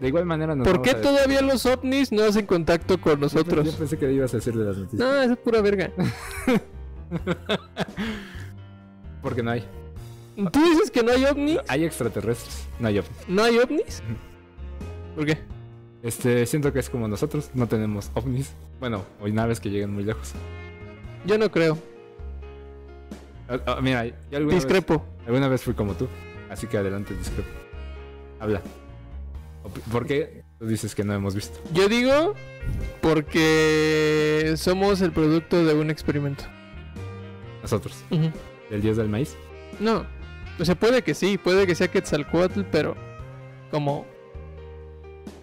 Speaker 2: De igual manera nos
Speaker 1: ¿Por
Speaker 2: vamos
Speaker 1: qué
Speaker 2: a-
Speaker 1: todavía los ovnis no hacen contacto con
Speaker 2: Yo pe- Yo,
Speaker 1: nosotros?
Speaker 2: pensé que ibas a decir de las noticias.
Speaker 1: No, eso es pura
Speaker 2: <laughs>
Speaker 1: verga.
Speaker 2: Porque no hay.
Speaker 1: ¿Tú dices que no hay ovnis?
Speaker 2: Hay extraterrestres. No hay ovnis.
Speaker 1: ¿No hay ovnis? ¿Por qué?
Speaker 2: Este, siento que es como nosotros. No tenemos ovnis. Bueno, o naves que llegan muy lejos.
Speaker 1: Yo no creo.
Speaker 2: Ah, ah, mira, yo alguna vez-
Speaker 1: Discrepo.
Speaker 2: Alguna vez fui como tú, así que adelante, discrepo. Habla. Op- ¿Por qué tú dices que no hemos visto?
Speaker 1: Yo digo porque somos el producto de un experimento.
Speaker 2: Nosotros, del dios del maíz.
Speaker 1: No, o sea, puede que sí, puede que sea Quetzalcoatl, pero como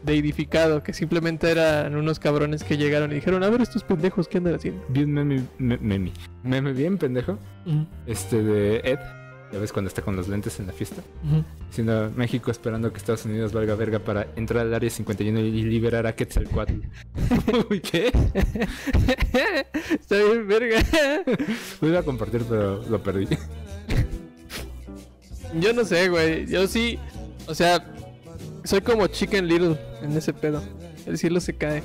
Speaker 1: deidificado, que simplemente eran unos cabrones que llegaron y dijeron, a ver estos pendejos, ¿qué andan haciendo?
Speaker 2: Vi un meme, me- meme, meme bien pendejo, este de Ed. Ya ves cuando está con los lentes en la fiesta. Siendo México esperando que Estados Unidos valga verga para entrar al área 51 y liberar a Quetzalcoatl.
Speaker 1: <laughs>
Speaker 2: Uy, ¿qué?
Speaker 1: Está bien, verga.
Speaker 2: Lo iba a compartir, pero lo perdí.
Speaker 1: Yo no sé, güey, yo sí, o sea, soy como Chicken Little en ese pedo. El cielo se cae.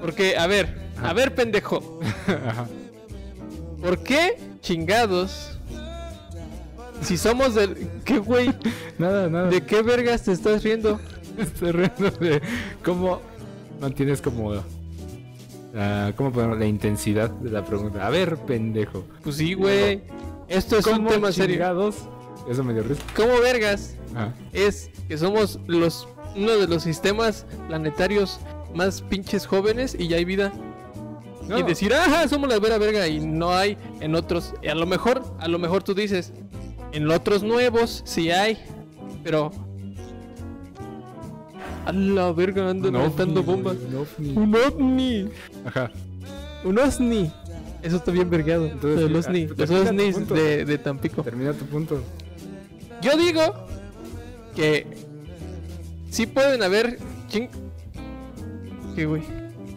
Speaker 1: Porque, a ver, a ver, pendejo.
Speaker 2: <laughs> Ajá.
Speaker 1: ¿Por qué chingados? Si somos del. ¿Qué güey?
Speaker 2: Nada, nada.
Speaker 1: ¿De qué vergas te estás riendo?
Speaker 2: Estoy riendo de cómo mantienes como la, ¿cómo ponerlo? la intensidad de la pregunta. A ver, pendejo.
Speaker 1: Pues sí, güey. Esto es un
Speaker 2: ¿Cómo
Speaker 1: tema serio.
Speaker 2: chingados? Eso me dio risa.
Speaker 1: ¿Cómo vergas
Speaker 2: Ah,
Speaker 1: es que somos los uno de los sistemas planetarios más pinches jóvenes y ya hay vida?
Speaker 2: no,
Speaker 1: Y decir, ajá, somos la vera verga y no hay en otros. Y a lo mejor, a lo mejor tú dices, en otros nuevos sí hay, pero. A la verga,
Speaker 2: un
Speaker 1: andan
Speaker 2: ovni,
Speaker 1: aventando
Speaker 2: güey,
Speaker 1: bombas.
Speaker 2: un ovni.
Speaker 1: Un ovni.
Speaker 2: Ajá.
Speaker 1: Un osni. Eso está bien vergado.
Speaker 2: Entonces,
Speaker 1: los
Speaker 2: mira,
Speaker 1: osni.
Speaker 2: pues,
Speaker 1: Los
Speaker 2: termina tu
Speaker 1: osnis
Speaker 2: punto.
Speaker 1: de, de Tampico.
Speaker 2: Termina tu punto.
Speaker 1: Yo digo que sí pueden haber ching. ¿Qué güey?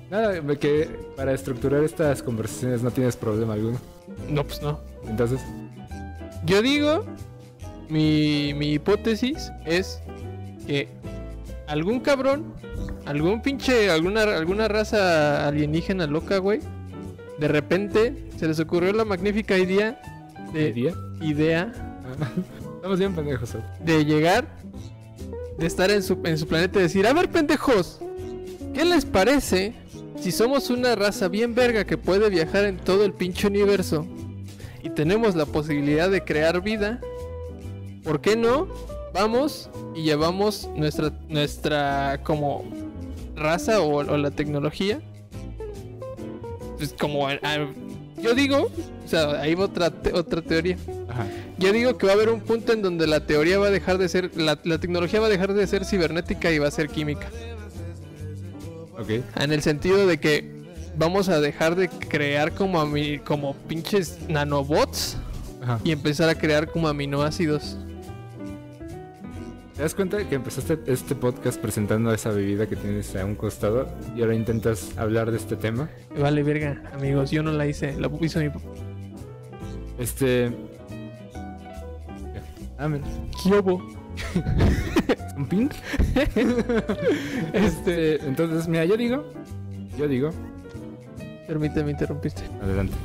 Speaker 2: Nada, me que para estructurar estas conversaciones no tienes problema alguno.
Speaker 1: No, pues no.
Speaker 2: Entonces,
Speaker 1: Yo digo, mi, mi hipótesis es que algún cabrón, algún pinche, alguna, alguna raza alienígena loca, güey, de repente se les ocurrió la magnífica idea
Speaker 2: ¿qué
Speaker 1: de
Speaker 2: día?
Speaker 1: idea
Speaker 2: Ah, Estamos bien pendejos. hoy.
Speaker 1: de llegar, de estar en su, en su planeta y decir, a ver pendejos, ¿qué les parece si somos una raza bien verga que puede viajar en todo el pinche universo y tenemos la posibilidad de crear vida? ¿Por qué no? Vamos y llevamos nuestra, nuestra como raza o, o la tecnología. Pues como... a- a- yo digo, o sea, ahí va otra, te- otra teoría.
Speaker 2: Ajá.
Speaker 1: Yo digo que va a haber un punto en donde la teoría va a dejar de ser, la, la tecnología va a dejar de ser cibernética y va a ser química.
Speaker 2: Ok.
Speaker 1: En el sentido de que vamos a dejar de crear como, ami- como pinches nanobots
Speaker 2: Ajá.
Speaker 1: y empezar a crear como aminoácidos.
Speaker 2: ¿Te das cuenta que empezaste este podcast presentando esa bebida que tienes a un costado y ahora intentas hablar de este tema?
Speaker 1: Vale, verga, amigos, yo no la hice, la hizo mi papá.
Speaker 2: Este. Ah, mira,
Speaker 1: ¿Qué hubo?
Speaker 2: ¿es ¿Un pink?
Speaker 1: Este,
Speaker 2: Este, entonces, mira, yo digo. Yo digo.
Speaker 1: permíteme, interrumpiste.
Speaker 2: Adelante.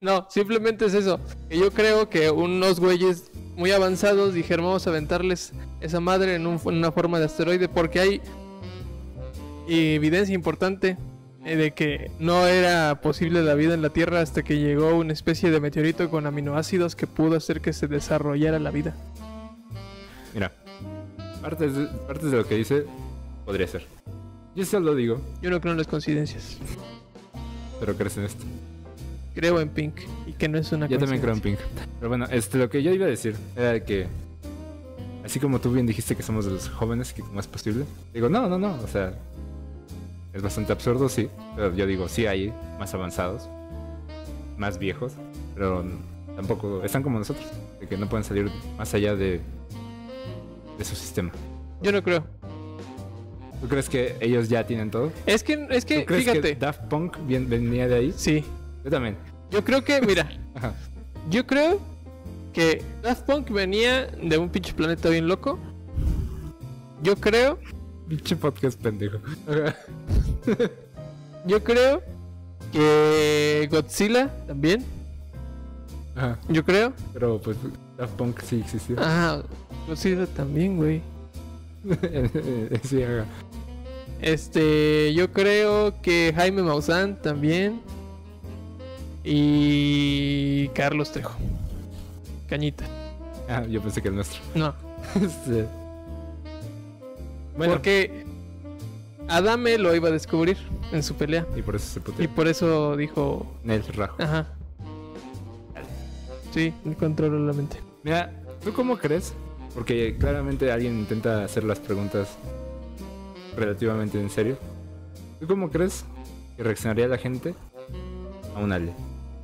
Speaker 1: No, simplemente es eso. que Yo creo que unos güeyes muy avanzados, dijeron vamos a aventarles esa madre en, un- en una forma de asteroide porque hay evidencia importante eh, de que no era posible la vida en la Tierra hasta que llegó una especie de meteorito con aminoácidos que pudo hacer que se desarrollara la vida.
Speaker 2: Mira, partes de, partes de lo que dice podría ser. Yo solo digo,
Speaker 1: Yo no creo en las coincidencias.
Speaker 2: pero crees en esto.
Speaker 1: Creo en Pink y que no es una
Speaker 2: Yo también creo en Pink. Pero bueno, este, lo que yo iba a decir era que, así como tú bien dijiste que somos de los jóvenes, que como es posible, digo, no, no, no, o sea, es bastante absurdo, sí, pero yo digo, sí hay más avanzados, más viejos, pero tampoco, están como nosotros, de que no pueden salir más allá de, de su sistema.
Speaker 1: coincidencia. Yo no creo.
Speaker 2: ¿Tú crees que ellos ya tienen todo?
Speaker 1: Es que, es que,
Speaker 2: ¿Tú crees
Speaker 1: fíjate.
Speaker 2: que Daft Punk bien- venía de ahí?
Speaker 1: Sí.
Speaker 2: Yo también.
Speaker 1: Yo creo que, mira,
Speaker 2: Ajá.
Speaker 1: yo creo que Daft Punk venía de un pinche planeta bien loco. Yo creo
Speaker 2: Pinche podcast pendejo.
Speaker 1: Yo creo que Godzilla también.
Speaker 2: Ajá.
Speaker 1: Yo creo.
Speaker 2: Pero pues Daft Punk sí existió. <laughs>
Speaker 1: Ah, Godzilla también, güey.
Speaker 2: Eh, sí, ajá.
Speaker 1: Este, yo creo que Jaime Maussan también. Y Carlos Trejo. Cañita.
Speaker 2: Ah, yo pensé que el nuestro. <laughs>
Speaker 1: No,
Speaker 2: Este, Bueno,
Speaker 1: porque Adame lo iba a descubrir en su pelea.
Speaker 2: y por eso se puteó.
Speaker 1: Y por eso dijo,
Speaker 2: Nel Rajo.
Speaker 1: ajá. Sí, él controló la mente.
Speaker 2: Mira, ¿tú cómo crees? Porque claramente alguien intenta hacer las preguntas relativamente en serio. ¿Tú cómo crees que reaccionaría la gente a un alien?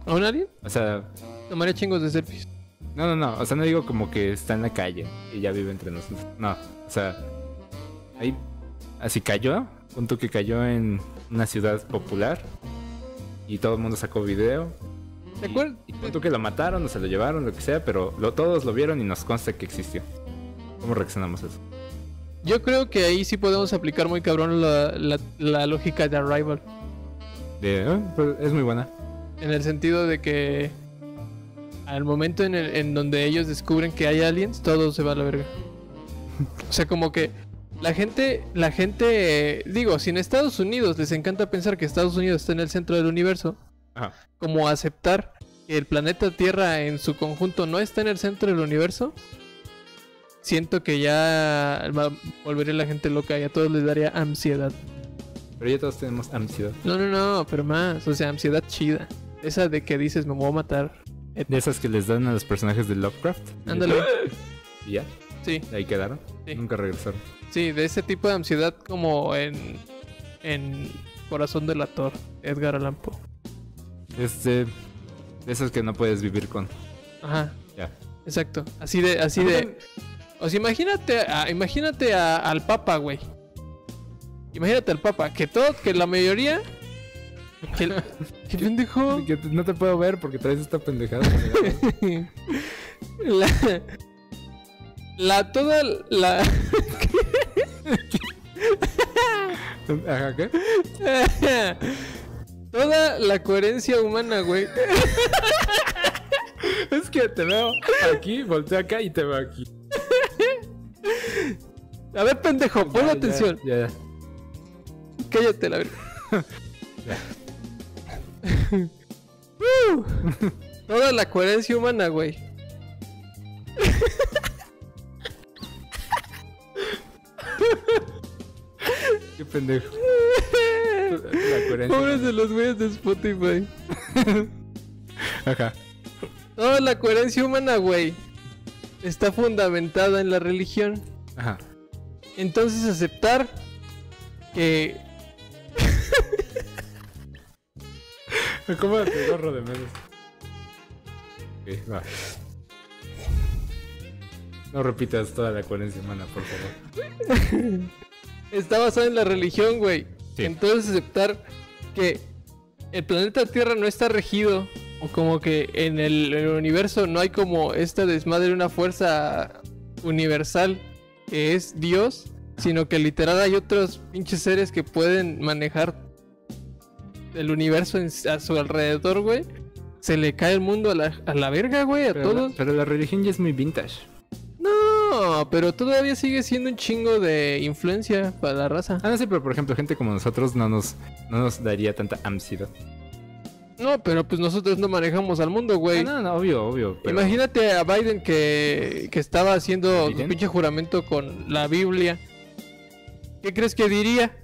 Speaker 1: ¿A un alien?
Speaker 2: O sea,
Speaker 1: Tomaría chingos de selfies.
Speaker 2: No, no, no. O sea, no digo como que está en la calle y ya vive entre nosotros. No. O sea, ahí. Así cayó. Punto que cayó en una ciudad popular. Y todo el mundo sacó video.
Speaker 1: ¿Te
Speaker 2: y-
Speaker 1: acuerdas?
Speaker 2: Y punto que lo mataron o se lo llevaron, lo que sea. Pero lo- todos lo vieron y nos consta que existió. ¿Cómo reaccionamos a eso?
Speaker 1: Yo creo que ahí sí podemos aplicar muy cabrón la, la- la lógica de Arrival.
Speaker 2: De, "Ah, pues, es muy buena.
Speaker 1: En el sentido de que al momento en, el- en donde ellos descubren que hay aliens, todo se va a la verga. O sea, como que la gente, la gente, eh, digo, si en Estados Unidos les encanta pensar que Estados Unidos está en el centro del universo,
Speaker 2: Ajá.
Speaker 1: como aceptar que el planeta Tierra en su conjunto no está en el centro del universo, siento que ya va- volvería la gente loca y a todos les daría ansiedad.
Speaker 2: Pero ya todos tenemos ansiedad.
Speaker 1: No, no, no, pero más, o sea, ansiedad chida. Esa de que dices, me voy a matar.
Speaker 2: De esas que les dan a los personajes de Lovecraft.
Speaker 1: Ándale.
Speaker 2: <laughs> Y ya.
Speaker 1: Sí,
Speaker 2: Ahí quedaron.
Speaker 1: Sí.
Speaker 2: Nunca regresaron.
Speaker 1: sí, de ese tipo de ansiedad como en, en Corazón del Ator, Edgar Allan Poe.
Speaker 2: Este. De esas que no puedes vivir con.
Speaker 1: Ajá,
Speaker 2: Ya.
Speaker 1: exacto. Así de, así de... O sea, imagínate, a- imagínate a- al Papa, güey. Imagínate al Papa, que todo, que la mayoría... Que el- ¿Qué pendejo?
Speaker 2: Que te- no te puedo ver porque traes esta <laughs> pendejada.
Speaker 1: <laughs> La, la toda la... <laughs>
Speaker 2: Ajá, ¿qué?
Speaker 1: Toda la coherencia humana, güey.
Speaker 2: Es que te veo aquí, volteo acá y te veo aquí.
Speaker 1: A ver, pendejo, pon
Speaker 2: Ya,
Speaker 1: atención.
Speaker 2: Ya, ya.
Speaker 1: Cállate, la verga. <laughs> Uh, Toda la coherencia humana, güey.
Speaker 2: Qué pendejo. La coherencia.
Speaker 1: Pobres de los güeyes de Spotify.
Speaker 2: Ajá.
Speaker 1: Toda la coherencia humana, güey, está fundamentada en la religión.
Speaker 2: Ajá.
Speaker 1: Entonces aceptar que
Speaker 2: ¿Cómo te gorro de menos? Ok, va. No repitas toda la coherencia humana, por favor.
Speaker 1: está basada en la religión, güey.
Speaker 2: Sí.
Speaker 1: Entonces aceptar que el planeta Tierra no está regido o como que en el, en el universo no hay como esta desmadre una fuerza universal que es Dios, sino que literal hay otros pinches seres que pueden manejar el universo en- a su alrededor, güey. se le cae el mundo a la, a la verga, güey, a
Speaker 2: Pero,
Speaker 1: todos.
Speaker 2: la- pero la religión ya es muy vintage.
Speaker 1: No, pero todavía sigue siendo un chingo de influencia para la raza.
Speaker 2: Ah, no sé, pero por ejemplo, gente como nosotros no nos, no nos daría tanta ansiedad.
Speaker 1: No, pero pues nosotros no manejamos al mundo,
Speaker 2: Ah,
Speaker 1: güey.
Speaker 2: no, no, obvio, obvio. pero-
Speaker 1: Imagínate a Biden que, que estaba haciendo su
Speaker 2: Biden.
Speaker 1: pinche juramento con la Biblia. ¿Qué crees que diría?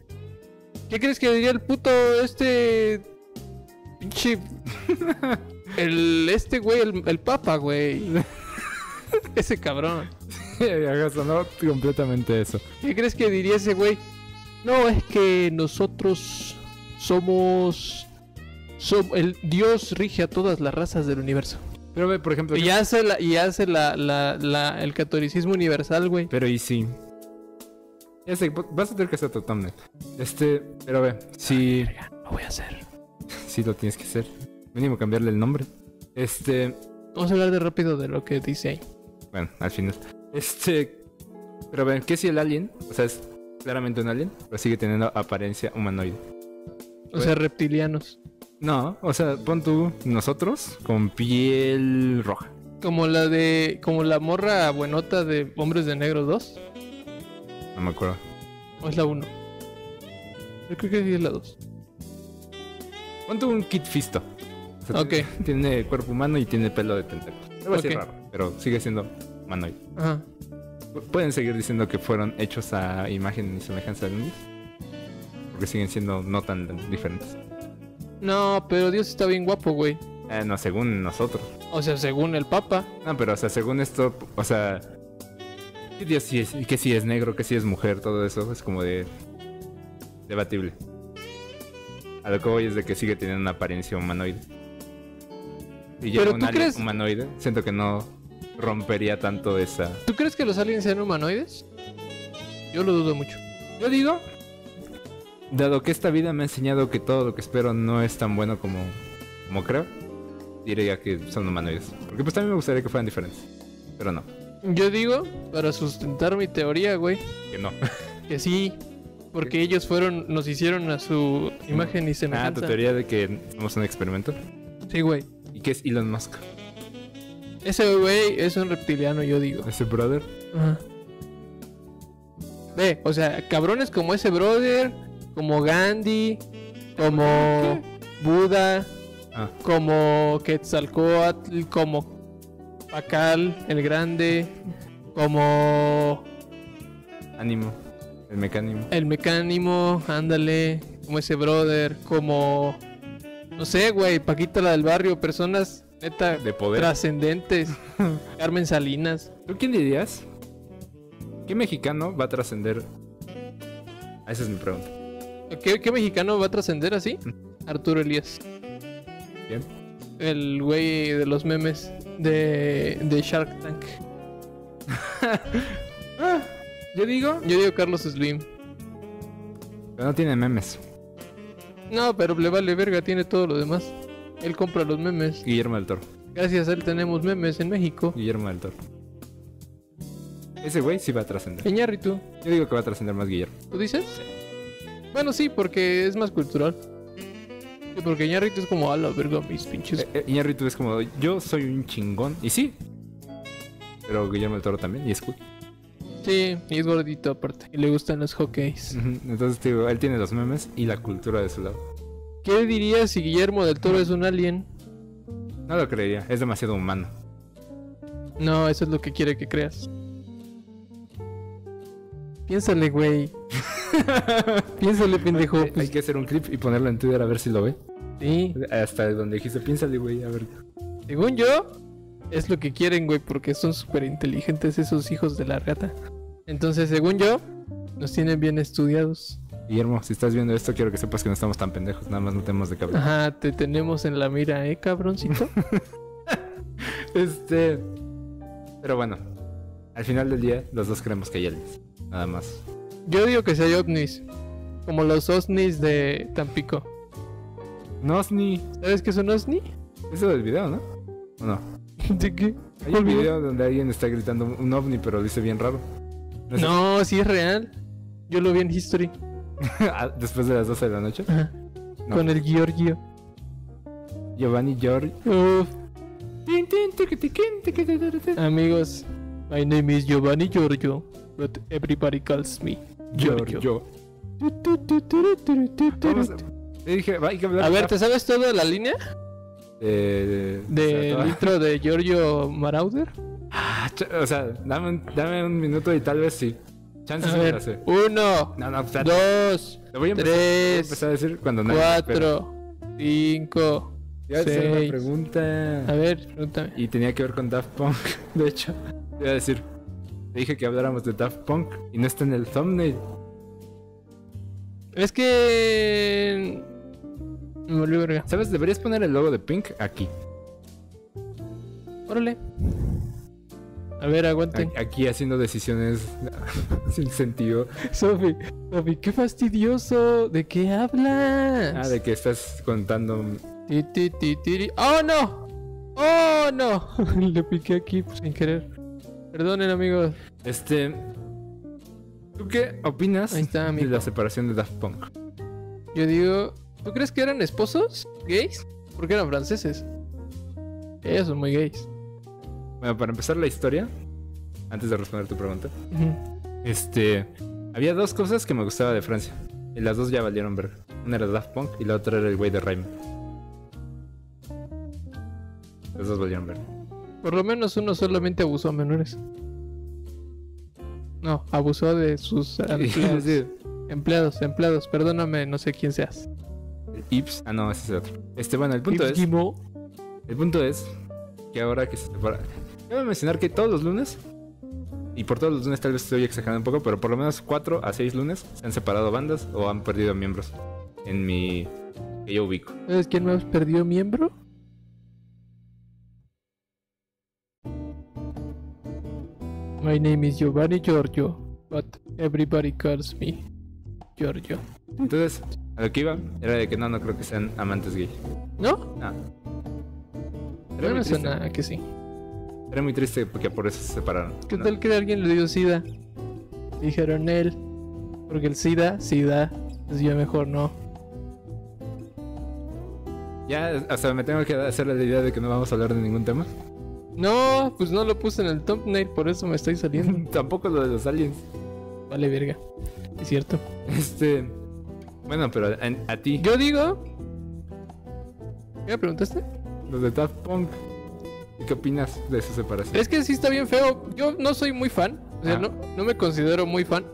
Speaker 1: ¿Qué crees que diría el puto este pinche el este güey, el, el papa, güey? Ese cabrón.
Speaker 2: <laughs> Ajá, sonó completamente eso.
Speaker 1: ¿Qué crees que diría ese güey? No, es que nosotros somos som- el Dios rige a todas las razas del universo.
Speaker 2: Pero ve, por ejemplo.
Speaker 1: Y hace, la, y hace la, la, la- el catolicismo universal, güey.
Speaker 2: Pero y sí. Ya sé, vas a tener que hacer tu thumbnail. Este, pero ve, si,
Speaker 1: Lo voy a hacer.
Speaker 2: si lo tienes que hacer. Mínimo cambiarle el nombre. Este,
Speaker 1: Vamos a hablar de rápido de lo que dice ahí.
Speaker 2: bueno, al final. Este, pero ve, ¿qué si el alien? O sea, es claramente un alien, pero sigue teniendo apariencia humanoide.
Speaker 1: O sea, reptilianos.
Speaker 2: No, o sea, pon tú nosotros con piel roja.
Speaker 1: Como la de. Como la morra buenota de Hombres de Negro 2.
Speaker 2: No me acuerdo.
Speaker 1: ¿O es la 1? Yo creo que sí es la 2.
Speaker 2: Pon tú un Kit Fisto. O sea,
Speaker 1: Ok.
Speaker 2: tiene- Tiene cuerpo humano y tiene pelo de tentáculo. Algo así
Speaker 1: Ok.
Speaker 2: raro, pero sigue siendo humanoide.
Speaker 1: Ajá.
Speaker 2: P- Pueden seguir diciendo que fueron hechos a imagen y semejanza de Dios. Porque siguen siendo no tan diferentes.
Speaker 1: No, pero Dios está bien guapo, güey.
Speaker 2: Eh, no, según nosotros.
Speaker 1: O sea, según el Papa.
Speaker 2: No, Ah, pero, o sea, según esto, o sea. que Dios sí es, que sí es negro, que sí es mujer, todo eso es como de. debatible. A lo que voy es de que sigue teniendo una apariencia humanoide. Y ya
Speaker 1: Pero
Speaker 2: un
Speaker 1: tú
Speaker 2: alien
Speaker 1: crees-
Speaker 2: humanoide, siento que no rompería tanto esa.
Speaker 1: ¿Tú crees que los aliens sean humanoides? Yo lo dudo mucho.
Speaker 2: Yo digo, dado que esta vida me ha enseñado que todo lo que espero no es tan bueno como, como creo, diría que son humanoides. Porque pues también me gustaría que fueran diferentes. Pero no,
Speaker 1: Yo digo, para sustentar mi teoría, güey,
Speaker 2: que no.
Speaker 1: que sí. Porque ellos fueron, nos hicieron a su imagen y
Speaker 2: <laughs> Ah, tu
Speaker 1: semejanza.
Speaker 2: teoría de que somos un experimento.
Speaker 1: Sí, güey.
Speaker 2: ¿Y qué es Elon Musk?
Speaker 1: Ese güey es un reptiliano, yo digo.
Speaker 2: ¿Ese brother?
Speaker 1: Ajá. Ve, o sea, cabrones como ese brother, como Gandhi, como Buda,
Speaker 2: Ah.
Speaker 1: como Quetzalcoatl, como Pacal el Grande, como
Speaker 2: Ánimo. El mecánimo.
Speaker 1: el Mecánimo, ándale, como ese brother, como. No sé, güey, Paquita la del barrio, personas neta
Speaker 2: De poder. <laughs>
Speaker 1: trascendentes. Carmen Salinas.
Speaker 2: ¿Tú quién dirías? ¿Qué mexicano va a trascender? Ah, Esa es mi pregunta.
Speaker 1: ¿Qué, qué mexicano va a trascender así? Arturo Elías.
Speaker 2: Bien.
Speaker 1: El güey de los memes de, de Shark Tank.
Speaker 2: Yo digo...
Speaker 1: Yo digo Carlos Slim.
Speaker 2: Pero no tiene memes.
Speaker 1: No, pero le vale verga, tiene todo lo demás. Él compra los memes.
Speaker 2: Guillermo del Toro.
Speaker 1: Gracias a él tenemos memes en México.
Speaker 2: Guillermo del Toro. Ese güey sí va a trascender.
Speaker 1: Iñárritu,
Speaker 2: Yo digo que va a trascender más Guillermo.
Speaker 1: ¿tú dices? Bueno, sí, porque es más cultural. Sí, porque Iñárritu es como, a la verga, mis pinches.
Speaker 2: Eh, eh, Iñárritu es como, yo soy un chingón. Y sí. Pero Guillermo del Toro también, y es cool.
Speaker 1: Sí, y es gordito aparte. Y le gustan los hockeys.
Speaker 2: Ujú, Entonces, te digo, él tiene los memes y la cultura de su lado.
Speaker 1: ¿Qué dirías si Guillermo del Toro es un alien?
Speaker 2: No lo creería, es demasiado humano.
Speaker 1: No, eso es lo que quiere que creas. Piénsale,
Speaker 2: <laughs>
Speaker 1: güey. Piénsale, pendejo.
Speaker 2: Hay, hay
Speaker 1: Pues,
Speaker 2: que hacer un clip y ponerlo en Twitter a ver si lo ve.
Speaker 1: sí.
Speaker 2: Hasta donde dijiste, piénsale, güey, a ver.
Speaker 1: Según yo, es lo que quieren, güey, porque son súper inteligentes esos hijos de la gata. Entonces, según yo, nos tienen bien estudiados.
Speaker 2: Guillermo, si estás viendo esto, quiero que sepas que no estamos tan pendejos, nada más no tenemos
Speaker 1: <laughs>
Speaker 2: de cabeza.
Speaker 1: Ajá, te tenemos en la mira, ¿eh, <laughs> cabroncito?
Speaker 2: Este. Pero bueno, al final del día, los dos creemos que hay aliens. Nada más.
Speaker 1: Yo digo que si hay ovnis, como los ovnis de Tampico.
Speaker 2: No es ni.
Speaker 1: ¿Sabes qué es un ovni?
Speaker 2: Eso del video, ¿no? ¿O no?
Speaker 1: <laughs> ¿De qué?
Speaker 2: Hay
Speaker 1: ¿Cuál
Speaker 2: un
Speaker 1: video?
Speaker 2: video donde alguien está gritando un ovni, pero lo dice bien raro. No <laughs> sé-
Speaker 1: No, sí es real. Yo lo vi en History.
Speaker 2: Ah, Después de las 12 de la noche.
Speaker 1: Ajá.
Speaker 2: No.
Speaker 1: Con el Giorgio.
Speaker 2: Giovanni Giorgio.
Speaker 1: Uf. Tin, tin, tiquitín, tiquitín. Amigos, my name is Giovanni Giorgio, but everybody calls me Giorgio.
Speaker 2: Giorgio. Vamos a- Te dije, va, hay que hablar
Speaker 1: A ver, ¿te
Speaker 2: rápido
Speaker 1: sabes toda la línea
Speaker 2: de- de-
Speaker 1: del intro de Giorgio Marauder?
Speaker 2: <laughs> Ah, ch- o sea, dame un, dame un minuto y tal vez sí. Chances
Speaker 1: A
Speaker 2: me la
Speaker 1: ver,
Speaker 2: sé.
Speaker 1: uno,
Speaker 2: No, no, espérate.
Speaker 1: dos,
Speaker 2: Lo voy a empezar, voy a
Speaker 1: tres,
Speaker 2: empezar a decir cuando nadie me espera.
Speaker 1: cuatro, cinco.
Speaker 2: Te iba a hacer una
Speaker 1: seis.
Speaker 2: pregunta.
Speaker 1: A ver, pregúntame.
Speaker 2: Y tenía que ver con Daft Punk, <laughs> de hecho. Te iba a decir, te dije que habláramos de Daft Punk y no está en el thumbnail.
Speaker 1: Es que. mm, Me volví verga.
Speaker 2: ¿Sabes? Deberías poner el logo de Pink aquí.
Speaker 1: Órale. A ver,
Speaker 2: A-
Speaker 1: aguanten.
Speaker 2: Aquí haciendo decisiones <laughs> sin sentido.
Speaker 1: <laughs> Sofi, Sofi, qué fastidioso. ¿De qué hablas?
Speaker 2: Ah, de que estás contando.
Speaker 1: Ti, ti, ti, tiri. ¡Oh, no! ¡Oh, no! <laughs> Le piqué aquí pues, sin querer. Perdonen, amigos.
Speaker 2: Este. ¿Tú qué opinas
Speaker 1: Ahí está,
Speaker 2: de
Speaker 1: amigo.
Speaker 2: la separación de Daft Punk?
Speaker 1: Yo digo, ¿tú crees que eran esposos gays? Porque eran franceses. Ellos son muy gays.
Speaker 2: Bueno, para empezar la historia, antes de responder tu pregunta,
Speaker 1: Ujú.
Speaker 2: este. Había dos cosas que me gustaba de Francia. Y las dos ya valieron verga. Una era Daft Punk y la otra era el güey de Rayman. Las dos valieron verga.
Speaker 1: Por lo menos uno solamente abusó a menores. No, abusó de
Speaker 2: <laughs>
Speaker 1: sus empleados.
Speaker 2: Sí.
Speaker 1: empleados, empleados. Perdóname, no sé quién seas.
Speaker 2: Ips. Ah, no, ese es otro. Este, bueno, el punto
Speaker 1: Yves
Speaker 2: es.
Speaker 1: Guillemot.
Speaker 2: El punto es que ahora que se separa. Debo mencionar que todos los lunes, y por todos los lunes tal vez estoy exagerando un poco, pero por lo menos 4 a 6 lunes se han separado bandas o han perdido miembros en mi. que yo ubico.
Speaker 1: ¿Sabes quién más perdió miembro? My name is Giovanni Giorgio, but everybody calls me Giorgio.
Speaker 2: Entonces, a lo que iba era de que no, no creo que sean amantes gay.
Speaker 1: ¿No?
Speaker 2: No.
Speaker 1: No
Speaker 2: Era, muy
Speaker 1: me
Speaker 2: triste,
Speaker 1: suena a que sí.
Speaker 2: era muy triste porque por eso se separaron.
Speaker 1: ¿Qué
Speaker 2: ¿no?
Speaker 1: tal que alguien le dio SIDA? Dijeron él. Porque el SIDA, SIDA. Pues yo mejor no.
Speaker 2: Ya, hasta me tengo que hacer la idea de que no vamos a hablar de
Speaker 1: <laughs>
Speaker 2: ningún tema.
Speaker 1: No, pues no lo puse en el thumbnail, por eso me estoy
Speaker 2: <laughs>
Speaker 1: saliendo.
Speaker 2: Tampoco lo de los aliens.
Speaker 1: Vale, verga. Es cierto.
Speaker 2: Este. Bueno, pero a, a ti,
Speaker 1: Yo digo. ¿Qué me preguntaste?
Speaker 2: los de Daft Punk, ¿y ¿qué opinas de esa separación?
Speaker 1: Es que sí está bien feo. Yo no soy muy fan. O sea,
Speaker 2: pues. Ah.
Speaker 1: no, no me considero muy fan.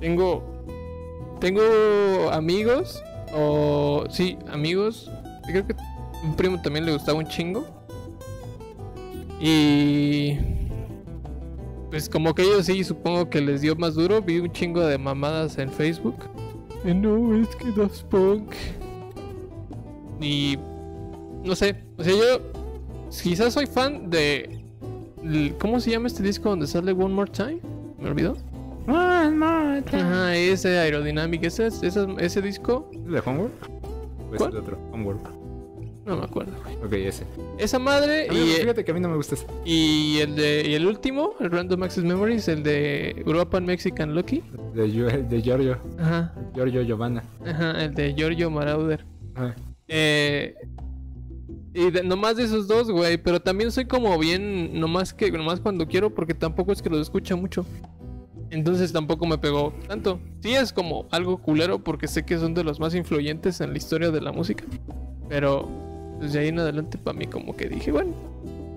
Speaker 1: Tengo. Tengo amigos. O. Sí, amigos. Yo creo que a un primo también le gustaba un chingo. Y. Pues como que ellos sí, supongo que les dio más duro. Vi un chingo de mamadas en Facebook. Eh, no, es que Daft Punk. Y. No sé. O sea, yo. Quizás soy fan de el- ¿Cómo se llama este disco donde sale One More Time? ¿Me olvidó? Ajá, ese Aerodynamic, ese, ese, ese disco,
Speaker 2: ¿De Homework? ¿O es
Speaker 1: ¿Cuál?
Speaker 2: el otro? Homework.
Speaker 1: no me acuerdo, güey.
Speaker 2: Ok, ese.
Speaker 1: Esa madre
Speaker 2: A mí-
Speaker 1: y, eh,
Speaker 2: fíjate que a mí no me gusta ese.
Speaker 1: y el de y el último, el Random Access Memories, el de European Mexican Lucky.
Speaker 2: De, Yo- de Giorgio,
Speaker 1: Ajá,
Speaker 2: Giorgio Giovanna.
Speaker 1: ajá, el de Giorgio Marauder.
Speaker 2: Ajá.
Speaker 1: Eh, y de- nomás de esos dos, güey, pero también soy como bien, nomás que nomás cuando quiero, porque tampoco es que los escucha mucho. Entonces tampoco me pegó tanto. Sí es como algo culero porque sé que son de los más influyentes en la historia de la música. Pero desde ahí en adelante para mí como que dije, bueno,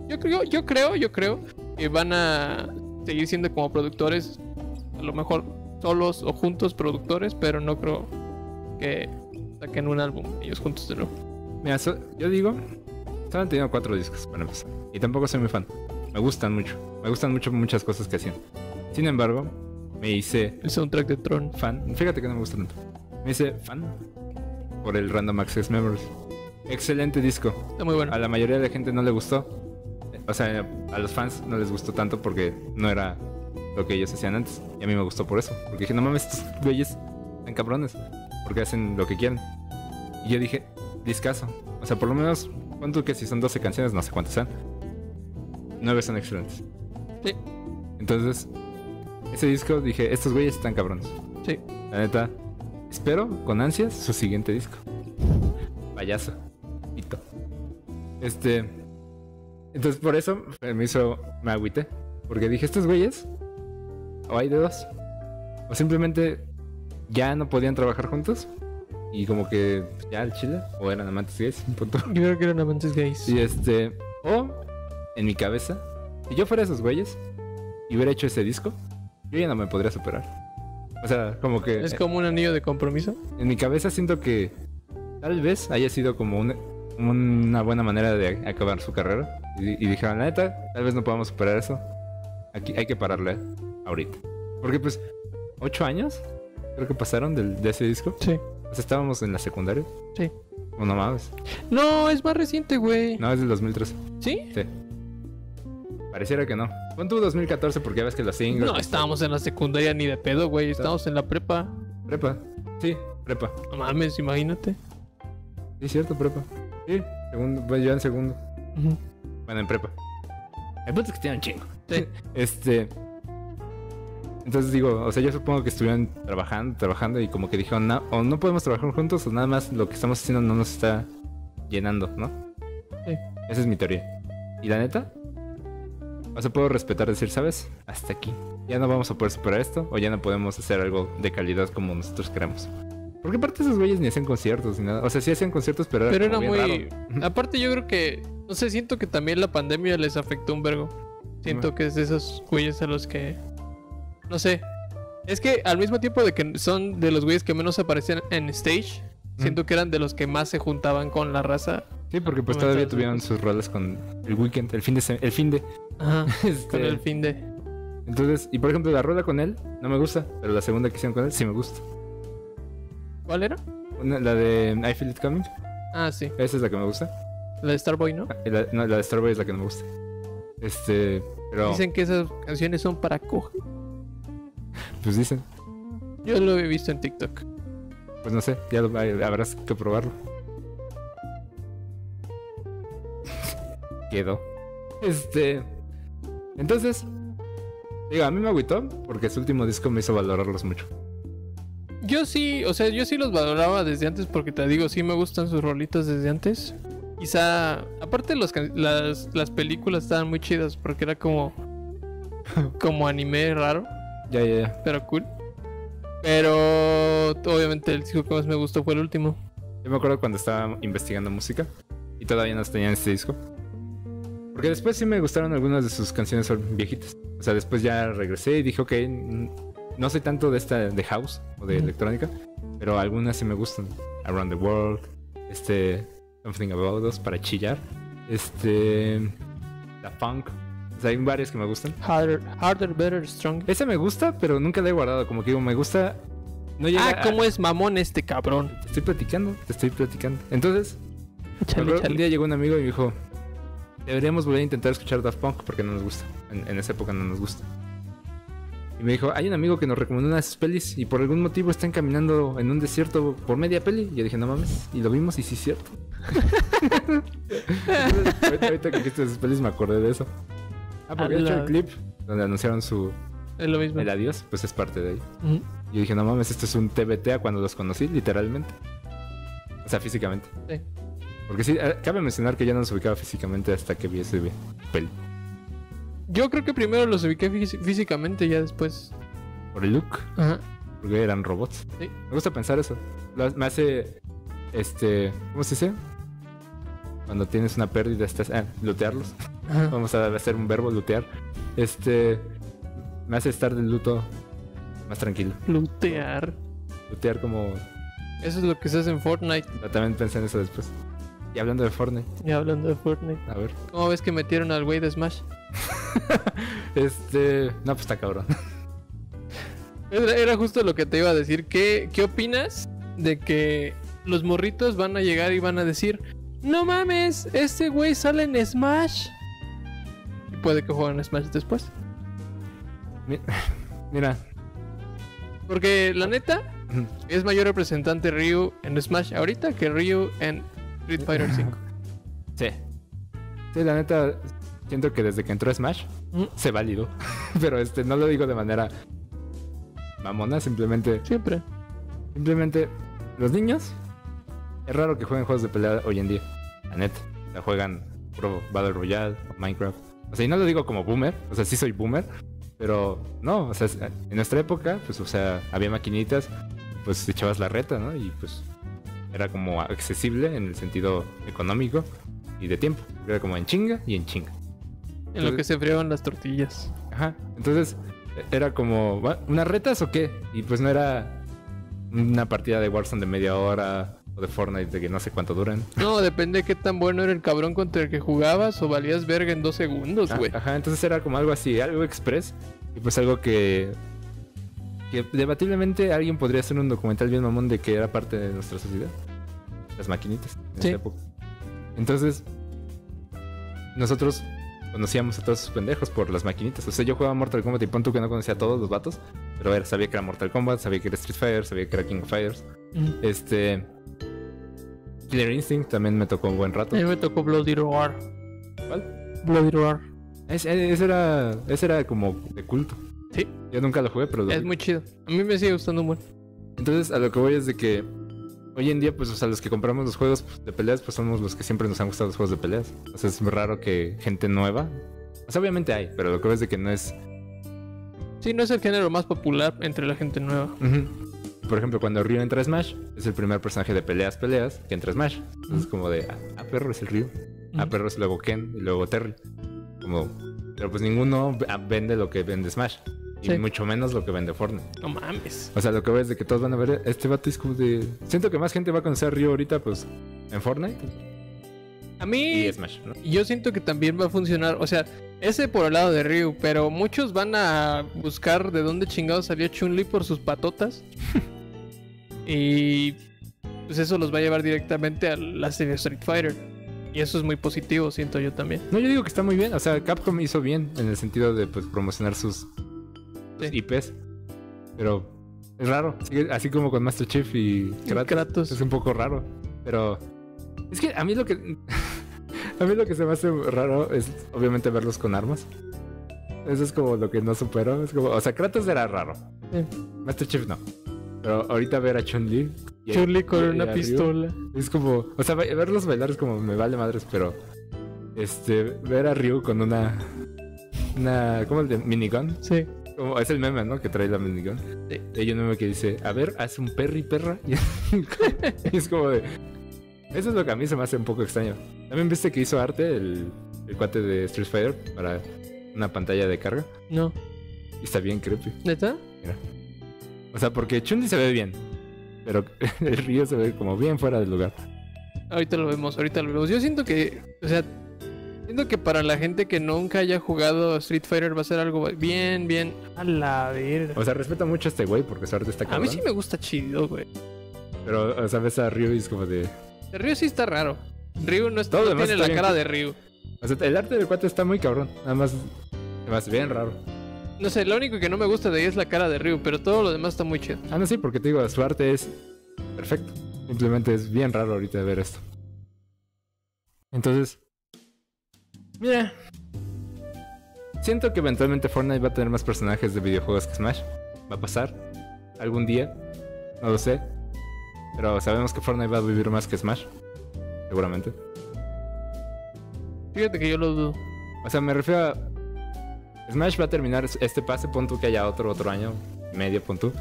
Speaker 1: yo creo, yo creo, yo creo que van a seguir siendo como productores, a lo mejor solos o juntos productores, pero no creo que saquen un álbum ellos juntos de nuevo.
Speaker 2: Mira, so- yo digo, solo han tenido cuatro discos para empezar. Y tampoco soy muy fan. Me gustan mucho. Me gustan mucho muchas cosas que hacían. Sin embargo, me hice
Speaker 1: El soundtrack de Tron.
Speaker 2: fan. Fíjate que no me gusta tanto. Me hice fan por el Random Access Memories. Excelente disco.
Speaker 1: Está muy bueno.
Speaker 2: A la mayoría de la gente no le gustó. O sea, a los fans no les gustó tanto porque no era lo que ellos hacían antes. Y a mí me gustó por eso. Porque dije, no mames, estos <laughs> güeyes están cabrones. Porque hacen lo que quieren. Y yo dije, discaso. O sea, por lo menos, ¿cuánto que si son 12 canciones? No sé cuántas sean. 9 son excelentes.
Speaker 1: Sí.
Speaker 2: Entonces, ese disco dije, estos güeyes están cabrones.
Speaker 1: Sí.
Speaker 2: La neta, espero con ansias su siguiente disco. Payaso. Pito. Este. Entonces por eso me hizo. Me agüité. Porque dije, estos güeyes. O hay de dos. O simplemente ya no podían trabajar juntos. Y como que pues, ya al chile. O eran amantes gays. <laughs> Un punto.
Speaker 1: Yo creo que eran amantes gays.
Speaker 2: Y este. O en mi cabeza. Si yo fuera esos güeyes. Y hubiera hecho ese disco. Yo ya no me podría superar. O sea, como que.
Speaker 1: Es como un anillo de compromiso.
Speaker 2: En mi cabeza siento que tal vez haya sido como un- una buena manera de acabar su carrera. Y, y dijeron, la neta, tal vez no podamos superar eso. Aquí hay que pararle ahorita. Porque pues, ocho años creo que pasaron del- de ese disco.
Speaker 1: Sí.
Speaker 2: O sea, estábamos en la secundaria.
Speaker 1: Sí.
Speaker 2: O no mames.
Speaker 1: No, es más reciente, güey.
Speaker 2: No, es del 2013.
Speaker 1: ¿Sí?
Speaker 2: Pareciera que no. Pon tú 2014 porque ya ves que la singles...
Speaker 1: No, estábamos en la secundaria ni de pedo, güey. Estábamos en la prepa.
Speaker 2: Prepa. Sí, prepa.
Speaker 1: No mames, imagínate.
Speaker 2: Sí, cierto, prepa. Sí. Segundo, pues yo en segundo. Bueno, en prepa. El punto es que tiene un chingo.
Speaker 1: Sí.
Speaker 2: Este. Entonces digo, o sea, yo supongo que estuvieron trabajando, trabajando y como que dijeron, "No, o no podemos trabajar juntos o nada más lo que estamos haciendo no nos está llenando, ¿no?
Speaker 1: Sí.
Speaker 2: Esa es mi teoría. ¿Y la neta? O sea, puedo respetar decir, ¿sabes? Hasta aquí. Ya no vamos a poder superar esto o ya no podemos hacer algo de calidad como nosotros queramos. Porque aparte esos güeyes ni hacían conciertos ni nada. O sea, sí hacían conciertos, pero era,
Speaker 1: Pero era
Speaker 2: como bien
Speaker 1: muy.
Speaker 2: raro.
Speaker 1: Aparte, yo creo que. No sé, siento que también la pandemia les afectó un vergo. Siento que es de esos güeyes a los que. No sé. Es que al mismo tiempo de que son de los güeyes que menos aparecían en stage,
Speaker 2: Mm.
Speaker 1: siento que eran de los que más se juntaban con la raza.
Speaker 2: Sí, porque pues
Speaker 1: Comentaron
Speaker 2: todavía
Speaker 1: sus
Speaker 2: tuvieron sus rolas con el weekend, el fin de se- el fin
Speaker 1: <laughs>
Speaker 2: de.
Speaker 1: Ajá. Con
Speaker 2: Este,
Speaker 1: el fin de.
Speaker 2: Entonces, y por ejemplo, la rola con él no me gusta, pero la segunda que hicieron con él sí me gusta.
Speaker 1: ¿Cuál era?
Speaker 2: Una- la de I Feel It Coming,
Speaker 1: Ah, sí.
Speaker 2: esa es la que me gusta.
Speaker 1: La de Starboy, ¿no?
Speaker 2: Ah, La, no, la de Strawberry es la que no me gusta. Este, pero
Speaker 1: Dicen que esas canciones son para coger.
Speaker 2: pues dicen,
Speaker 1: Yo lo he visto en TikTok.
Speaker 2: pues no sé, ya lo- ahí habrás que probarlo. Quedó. Este, entonces, digo, a mí me agüitó porque su último disco me hizo valorarlos mucho.
Speaker 1: Yo sí, o sea, yo sí los valoraba desde antes porque te digo, sí me gustan sus rolitas desde antes. Quizá, aparte los can- las, las películas estaban muy chidas porque era <laughs> como como anime raro,
Speaker 2: Ya, ya, ya.
Speaker 1: pero cool. Pero obviamente el disco que más me gustó fue el último.
Speaker 2: Yo me acuerdo cuando estaba investigando música y todavía no tenían este disco. Porque después sí me gustaron algunas de sus canciones viejitas. O sea, después ya regresé y dije, ok, mm, no soy tanto de esta de house o de
Speaker 1: Ujú.
Speaker 2: electrónica, pero algunas sí me gustan. Around the World, este, Something About Us para chillar, este, La Funk. O sea, hay varias que me gustan.
Speaker 1: Harder, harder better, stronger.
Speaker 2: Esa me gusta, pero nunca la he guardado. Como que digo, me gusta. No llega
Speaker 1: Ah,
Speaker 2: a-
Speaker 1: cómo es mamón este cabrón.
Speaker 2: Te estoy platicando, te estoy platicando. Entonces, me
Speaker 1: Chale,
Speaker 2: acuerdo, Un
Speaker 1: chale.
Speaker 2: día llegó un amigo y me dijo, deberíamos volver a intentar escuchar Daft Punk porque no nos gusta. En, en esa época no nos gusta. Y me dijo, hay un amigo que nos recomendó una de sus pelis y por algún motivo están caminando en un desierto por media peli. Y yo dije, no mames. Y lo vimos y sí es cierto. Entonces, ahorita, ahorita que dijiste de sus pelis me acordé de eso. Ah, porque de hecho el
Speaker 1: Ala.
Speaker 2: clip donde anunciaron su
Speaker 1: Es lo mismo.
Speaker 2: el adiós, pues es parte de ahí.
Speaker 1: Ujú.
Speaker 2: Yo dije, no mames, esto es un TBT a cuando los conocí, literalmente. O sea, físicamente.
Speaker 1: Sí.
Speaker 2: Porque sí, eh, cabe mencionar que ya no nos ubicaba físicamente hasta que vi ese vi- pel-
Speaker 1: Yo creo que primero los ubiqué fí- físicamente, ya después.
Speaker 2: por el look,
Speaker 1: Ajá.
Speaker 2: porque eran robots.
Speaker 1: Sí.
Speaker 2: Me gusta pensar eso. Lo- me hace, este, ¿cómo se dice? Cuando tienes una pérdida, estás, ah, lutearlos.
Speaker 1: Ajá.
Speaker 2: <laughs> Vamos a hacer un verbo, lutear. Este, me hace estar del luto más tranquilo.
Speaker 1: Lootear.
Speaker 2: Lutear como,
Speaker 1: Eso es lo que se hace en Fortnite.
Speaker 2: también pensé en eso después. Y hablando de Fortnite,
Speaker 1: Y hablando de Fortnite.
Speaker 2: a ver.
Speaker 1: ¿Cómo ves que metieron al güey de Smash?
Speaker 2: Este. No, pues está cabrón. <laughs>
Speaker 1: Era, era justo lo que te iba a decir. ¿Qué, ¿Qué opinas de que los morritos van a llegar y van a decir: No mames, este güey sale en Smash? Y puede que jueguen Smash después.
Speaker 2: <laughs> Mira.
Speaker 1: Porque la neta, es mayor representante Ryu en Smash ahorita que Ryu en Street <laughs> Fighter 5.
Speaker 2: Sí. Sí, la neta, siento que desde que entró Smash
Speaker 1: Mm.
Speaker 2: se validó. <laughs> Pero este, no lo digo de manera mamona, simplemente.
Speaker 1: Siempre.
Speaker 2: Simplemente, los niños. Es raro que jueguen juegos de pelea hoy en día. La neta. La juegan puro Battle Royale, Minecraft. O sea, y no lo digo como boomer, o sea, sí soy boomer, pero no, o sea, en nuestra época, pues, o sea, había maquinitas, pues echabas la reta, ¿no? Y pues era como accesible en el sentido económico y de tiempo. Era como en chinga y en chinga.
Speaker 1: En lo que se freaban las tortillas.
Speaker 2: Ajá. Entonces, era como, "¿Va? ¿unas retas o qué? Y pues no era una partida de Warzone de media hora o de Fortnite de que no sé cuánto duran.
Speaker 1: No, depende de qué tan bueno era el cabrón contra el que jugabas o valías verga en dos <laughs> segundos,
Speaker 2: Ah, <laughs>
Speaker 1: güey.
Speaker 2: Ajá, entonces era como algo así, algo express. Y pues algo que. Que debatiblemente alguien podría hacer un documental bien mamón de que era parte de nuestra sociedad. Las maquinitas. En
Speaker 1: Sí.
Speaker 2: esa época. Entonces. Nosotros conocíamos a todos esos pendejos por las maquinitas. O sea, yo jugaba Mortal Kombat y pon tú que no conocía a todos los vatos. Pero era, sabía que era Mortal Kombat, sabía que era Street Fighter, sabía que era King of Fighters.
Speaker 1: Mm.
Speaker 2: Este. Killer Instinct también me tocó un buen
Speaker 1: A
Speaker 2: rato.
Speaker 1: mí me tocó Bloody Roar.
Speaker 2: ¿Cuál?
Speaker 1: Bloody Roar.
Speaker 2: Ese, ese era, ese era como de culto.
Speaker 1: Sí.
Speaker 2: Yo nunca lo jugué, pero lo
Speaker 1: Es
Speaker 2: vi.
Speaker 1: muy chido. A mí me sigue gustando mucho.
Speaker 2: Entonces, a lo que voy es de que hoy en día, pues, o sea, los que compramos los juegos pues, de peleas, pues somos los que siempre nos han gustado los juegos de peleas. O sea, es muy raro que gente nueva. O sea, obviamente hay, pero lo que voy es de que no es.
Speaker 1: Sí, no es el género más popular entre la gente nueva.
Speaker 2: Ujú. Por ejemplo, cuando Ryu entra a Smash, es el primer personaje de peleas, peleas que entra a Smash. Entonces, es como de, ah, ah, perro es el Ryu, ah,
Speaker 1: Ujú.
Speaker 2: perro es luego Ken y luego Terry. Como, pero pues ninguno ah, vende lo que vende Smash, y
Speaker 1: Sí.
Speaker 2: mucho menos lo que vende Fortnite.
Speaker 1: No mames.
Speaker 2: O sea, lo que veo es de que todos van a ver este vato es como de. Siento que más gente va a conocer a Ryu ahorita, pues, en Fortnite
Speaker 1: A
Speaker 2: y
Speaker 1: mí,
Speaker 2: Smash, ¿no?
Speaker 1: yo siento que también va a funcionar. O sea, ese por el lado de Ryu, pero muchos van a buscar de dónde chingados salió Chun-Li por sus <laughs> patotas. y pues eso los va a llevar directamente a la serie Street Fighter. Y eso es muy positivo, siento yo también.
Speaker 2: No, yo digo que está muy bien. O sea, Capcom hizo bien en el sentido de pues promocionar sus sus
Speaker 1: Sí.
Speaker 2: IPs. Pero es raro. Así, así como con Master Chief y Kratos.
Speaker 1: Kratos.
Speaker 2: Es un poco raro. Pero. Es que a mí lo que. <laughs> a mí lo que se me hace raro es obviamente verlos con armas. Eso es como lo que no supero. Es como. O sea, Kratos era raro.
Speaker 1: Sí.
Speaker 2: Master Chief no. Pero ahorita ver a Chun-Li. y a-
Speaker 1: Chun-Li con
Speaker 2: y a
Speaker 1: una
Speaker 2: Ryu,
Speaker 1: pistola.
Speaker 2: es como, o sea, ba- verlos bailar es como me vale madres, pero este ver a Ryu con una una ¿cómo el de minigun?
Speaker 1: Sí.
Speaker 2: Como, Oh, es el meme, ¿no? Que trae la minigun.
Speaker 1: Sí.
Speaker 2: Hay un meme que dice, "A ver, haz un perri perra." <laughs> Y es como de Eso es lo que a mí se me hace un poco extraño. También viste que hizo arte el, el cuate de Street Fighter para una pantalla de carga
Speaker 1: No.
Speaker 2: y está bien creepy.
Speaker 1: ¿Neta?
Speaker 2: O sea, porque Chun-Li se ve bien, pero <laughs> el Ryu se ve como bien fuera del lugar.
Speaker 1: Ahorita lo vemos, ahorita lo vemos. Yo siento que, o sea, siento que para la gente que nunca haya jugado Street Fighter va a ser algo bien, bien a la verga.
Speaker 2: O sea, respeto mucho a este güey porque su arte está
Speaker 1: A
Speaker 2: cabrón.
Speaker 1: mí sí me gusta chido, güey.
Speaker 2: Pero, o sea, ves a Ryu y es como de.
Speaker 1: El Ryu sí está raro. Ryu no, está,
Speaker 2: Todo lo
Speaker 1: no
Speaker 2: demás
Speaker 1: tiene
Speaker 2: está
Speaker 1: la
Speaker 2: bien.
Speaker 1: cara de Ryu.
Speaker 2: O sea, el arte del cuate está muy cabrón. Nada más. Además, bien raro.
Speaker 1: No sé, lo único que no me gusta de ahí es la cara de Ryu, pero todo lo demás está muy chido.
Speaker 2: Ah, no, sí, porque te digo, su arte es perfecto. Simplemente es bien raro ahorita ver esto. Entonces. Mira. Siento que eventualmente Fortnite va a tener más personajes de videojuegos que Smash. Va a pasar. Algún día. No lo sé. Pero sabemos que Fortnite va a vivir más que Smash. Seguramente.
Speaker 1: Fíjate que yo lo dudo.
Speaker 2: O sea, me refiero a. Smash va a terminar este pase, pon tú que haya otro, otro año, medio, pon tú.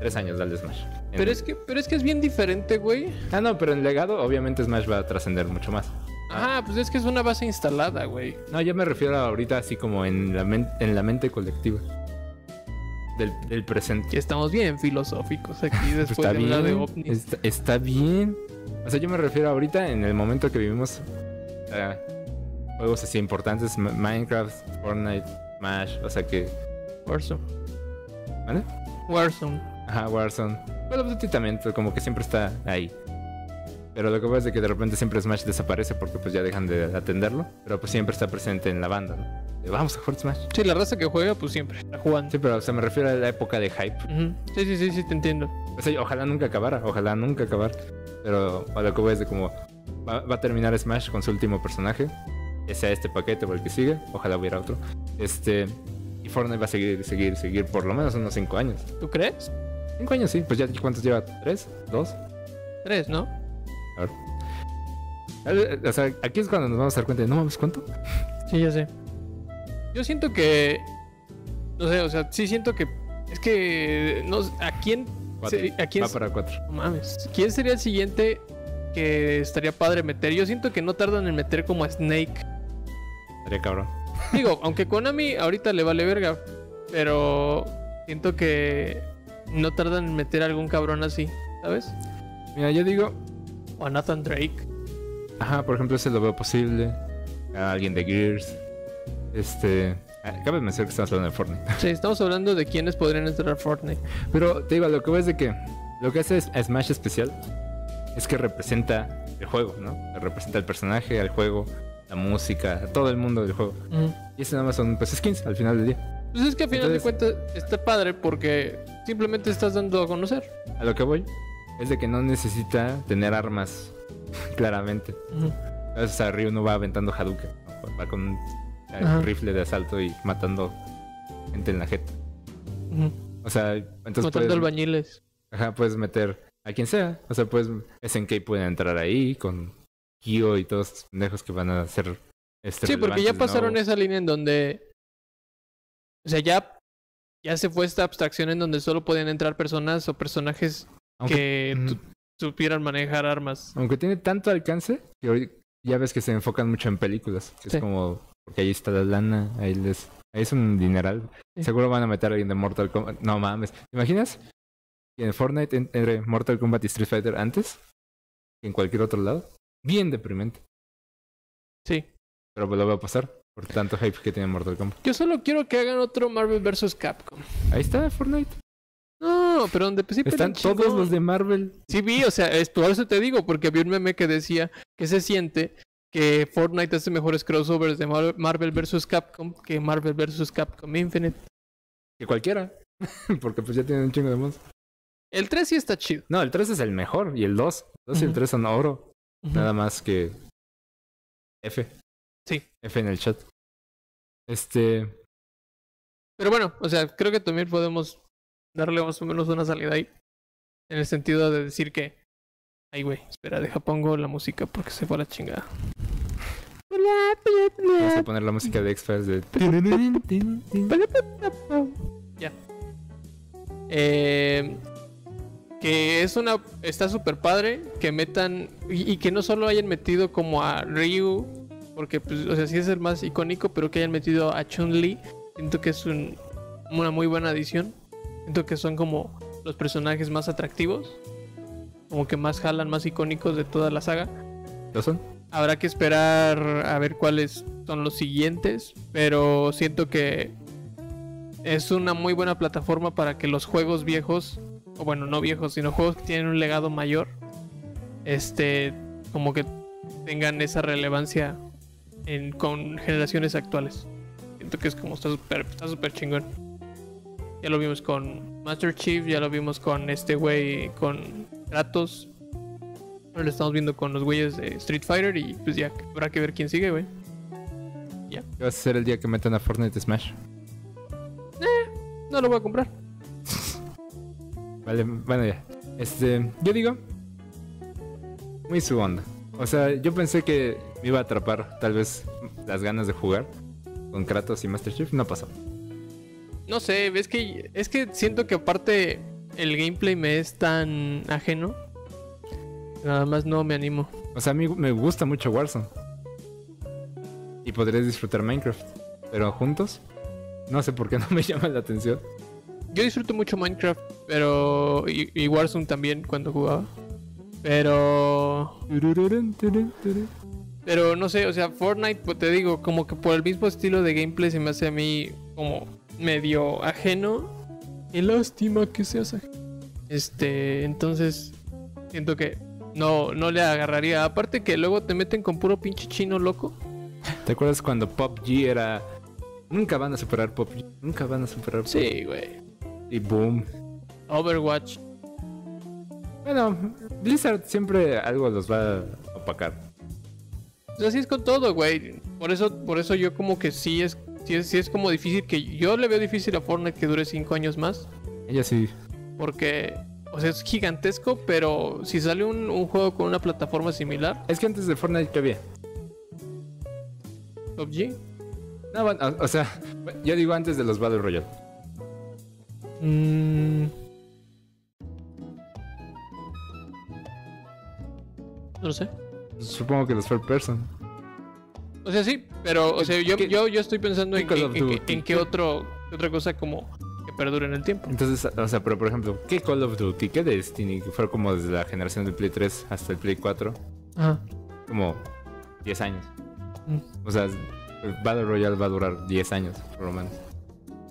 Speaker 2: Tres años dale Smash. En-
Speaker 1: Pero es que, pero es que es bien diferente, güey.
Speaker 2: Ah, no, pero en legado, obviamente Smash va a trascender mucho más. Ah.
Speaker 1: Ajá, pues es que es una base instalada, güey.
Speaker 2: No, yo me refiero a ahorita así como en la, men- en la mente colectiva. Del, del presente.
Speaker 1: Y estamos bien filosóficos
Speaker 2: <laughs>
Speaker 1: aquí después
Speaker 2: Pues está
Speaker 1: Pues de hablar
Speaker 2: bien.
Speaker 1: de ovnis.
Speaker 2: Está, está bien. O sea, yo me refiero ahorita en el momento que vivimos. eh, juegos así importantes: M- Minecraft, Fortnite, Smash. O sea que.
Speaker 1: Warzone.
Speaker 2: ¿Vale?
Speaker 1: Warzone.
Speaker 2: Ajá, Warzone. Call of Duty también, t- como que siempre está ahí. Pero lo que pasa es de que de repente siempre Smash desaparece porque pues ya dejan de atenderlo. Pero pues siempre está presente en la banda, ¿no? De, Vamos a jugar Smash.
Speaker 1: Sí, la raza que juega, pues siempre está jugando.
Speaker 2: Sí, pero o sea, me refiero a la época de hype.
Speaker 1: Ujú. Sí, sí, sí, sí, te entiendo.
Speaker 2: O sea, ojalá nunca acabara, ojalá nunca acabara. Pero a lo que voy es de como va, va a terminar Smash con su último personaje. Ya sea este paquete o el que sigue, ojalá hubiera otro. Este... Y Fortnite va a seguir, seguir, seguir por lo menos unos 5 años.
Speaker 1: ¿Tú crees?
Speaker 2: 5 años sí, pues ya cuántos lleva? ¿3? ¿2?
Speaker 1: Tres, ¿no?
Speaker 2: Eh, O sea, aquí es cuando nos vamos a dar cuenta de, no mames, ¿cuánto?
Speaker 3: Sí, ya sé.
Speaker 1: Yo siento que. No sé, o sea, sí siento que. Es que. No, sé, ¿A quién.
Speaker 2: Cuatro.
Speaker 1: se- ¿A quién
Speaker 2: Va
Speaker 1: se-
Speaker 2: para cuatro.
Speaker 1: No mames. ¿Quién sería el siguiente que estaría padre meter? Yo siento que no tardan en meter como a Snake.
Speaker 2: Estaría cabrón.
Speaker 3: <laughs>
Speaker 1: Digo, aunque Konami ahorita le vale verga. Pero siento que no tardan en meter a algún cabrón así, ¿sabes?
Speaker 2: Mira, yo digo,
Speaker 1: O a Nathan Drake.
Speaker 2: ajá, por ejemplo, ese lo veo posible. A alguien de Gears. Este. ah, Cabe mencionar que estamos hablando de Fortnite. <laughs>
Speaker 1: Sí, estamos hablando de quiénes podrían entrar a Fortnite.
Speaker 2: Pero te digo, lo que voy es de que lo que hace es a Smash especial es que representa el juego, ¿no? Representa el personaje, el juego, la música, todo el mundo del juego. Y eso nada más son pues skins al final del día.
Speaker 1: Pues es que al final
Speaker 2: Entonces-
Speaker 1: de cuentas está padre porque simplemente estás dando a conocer.
Speaker 2: A lo que voy es de que no necesita tener armas, <laughs> claramente. O sea, Ryu no va aventando Hadouken, ¿no? va con un
Speaker 1: Ajá.
Speaker 2: rifle de asalto y matando gente en la jeta. O sea, entonces
Speaker 1: Matando
Speaker 2: puedes-
Speaker 1: albañiles.
Speaker 2: Ajá, puedes meter a quien sea. O sea, pues SNK pueden entrar ahí con Kyo y todos estos pendejos que van a hacer este
Speaker 1: Sí, porque ya pasaron esa línea en donde. O sea, ya, ya se fue esta abstracción en donde solo podían entrar personas o personajes que
Speaker 2: Aunque,
Speaker 1: tu- supieran manejar armas.
Speaker 2: aunque tiene tanto alcance, que ahorita- ya ves que se enfocan mucho en películas. que
Speaker 1: Sí.
Speaker 2: Es como, porque ahí está la lana, ahí les... Ahí es un dineral.
Speaker 1: Sí.
Speaker 2: Seguro van a meter a alguien de Mortal Kombat. No mames. ¿Te imaginas? Que en Fortnite en- entre Mortal Kombat y Street Fighter antes que en cualquier otro lado. Bien deprimente.
Speaker 1: Sí.
Speaker 2: Pero lo va a pasar por tanto hype que tiene Mortal Kombat.
Speaker 1: Yo solo quiero que hagan otro Marvel vs. Capcom.
Speaker 2: Ahí está Fortnite.
Speaker 1: No, pero donde pues, sí pelean
Speaker 2: Están todos
Speaker 1: chingón.
Speaker 2: los de Marvel.
Speaker 1: Sí vi, o sea, es, por eso te digo, porque vi un meme que decía que se siente que Fortnite hace mejores crossovers de Mar- Marvel vs. Capcom que Marvel vs. Capcom Infinite.
Speaker 2: Que cualquiera. <laughs> Porque pues ya tienen un chingo de mods.
Speaker 1: El 3 sí está chido.
Speaker 2: No, el 3 es el mejor. Y el 2. El 2 y el
Speaker 1: Ujú.
Speaker 2: 3 son oro. Nada más que. F.
Speaker 1: Sí.
Speaker 2: F en el chat. Este.
Speaker 1: Pero bueno, o sea, creo que también podemos darle más o menos una salida ahí. En el sentido de decir que... Ay, güey, espera, deja pongo la música porque se fue a la chingada.
Speaker 2: Vamos a poner la música de X-Files de.
Speaker 1: Ya. Eh, que es una. Está súper padre que metan. Y, y que no solo hayan metido como a Ryu. Porque, pues, o sea, sí es el más icónico. Pero que hayan metido a Chun-Li. Siento que es un- una muy buena adición. Siento que son como los personajes más atractivos. Como que más jalan, más icónicos de toda la saga.
Speaker 2: ¿Lo son?
Speaker 1: Habrá que esperar a ver cuáles son los siguientes, pero siento que es una muy buena plataforma para que los juegos viejos, o bueno, no viejos, sino juegos que tienen un legado mayor, este, como que tengan esa relevancia en- con generaciones actuales. Siento que es como está súper está súper chingón. Ya lo vimos con Master Chief, ya lo vimos con este güey, con Kratos, Ahora lo estamos viendo con los güeyes de Street Fighter y pues ya habrá que ver quién sigue, güey.
Speaker 2: ¿Qué vas a hacer el día que metan a Fortnite Smash?
Speaker 1: No lo voy a comprar.
Speaker 2: Vale, bueno, ya. Este. Yo digo. Muy su onda. O sea, yo pensé que me iba a atrapar tal vez las ganas de jugar con Kratos y Master Chief. No pasó.
Speaker 1: No sé, es que es que siento que aparte el gameplay me es tan ajeno. Nada más no me animo.
Speaker 2: O sea, a mí me gusta mucho Warzone. Y podrías disfrutar Minecraft. Pero juntos, no sé por qué no me <laughs> llama la atención.
Speaker 1: Yo disfruto mucho Minecraft, pero y, y Warzone también cuando jugaba. Pero
Speaker 2: Turururun, turun, turun.
Speaker 1: pero no sé, o sea, Fortnite, pues te digo, como que por el mismo estilo de gameplay se me hace a mí como medio ajeno. Qué lástima que seas ajeno. Este, entonces, siento que no, no le agarraría. Aparte que luego te meten con puro pinche chino loco.
Speaker 2: ¿Te acuerdas cuando PUBG era... Nunca van a superar PUBG. Nunca van a superar PUBG.
Speaker 1: Sí, güey.
Speaker 2: Y boom.
Speaker 1: Overwatch.
Speaker 2: Bueno, Blizzard siempre algo los va a opacar.
Speaker 1: Pues así es con todo, güey. Por eso, por eso yo como que sí es, sí es, sí es como difícil que yo le veo difícil a Fortnite que dure cinco años más.
Speaker 2: Ella sí.
Speaker 1: Porque O sea, es gigantesco, pero si sale un, un juego con una plataforma similar,
Speaker 2: Es que antes de Fortnite, ¿qué había?
Speaker 1: PUBG.
Speaker 2: No, bueno, o, o sea, yo digo antes de los Battle Royale.
Speaker 1: mm, No lo sé.
Speaker 2: Supongo que los First Person.
Speaker 1: O sea, sí, pero o sea, yo,
Speaker 2: ¿Qué-
Speaker 1: yo, yo estoy pensando en,
Speaker 2: qué Call
Speaker 1: que-
Speaker 2: of
Speaker 1: en que-
Speaker 2: Duty?
Speaker 1: en qué otro, qué otra cosa como que perdure en el tiempo.
Speaker 2: Entonces, o sea, pero por ejemplo, ¿qué Call of Duty? ¿Qué Destiny? Que fue como desde la generación del Play 3 hasta el Play 4.
Speaker 1: Ajá.
Speaker 2: Como 10 años.
Speaker 1: Mm.
Speaker 2: O sea, el Battle Royale va a durar 10 años, por lo menos.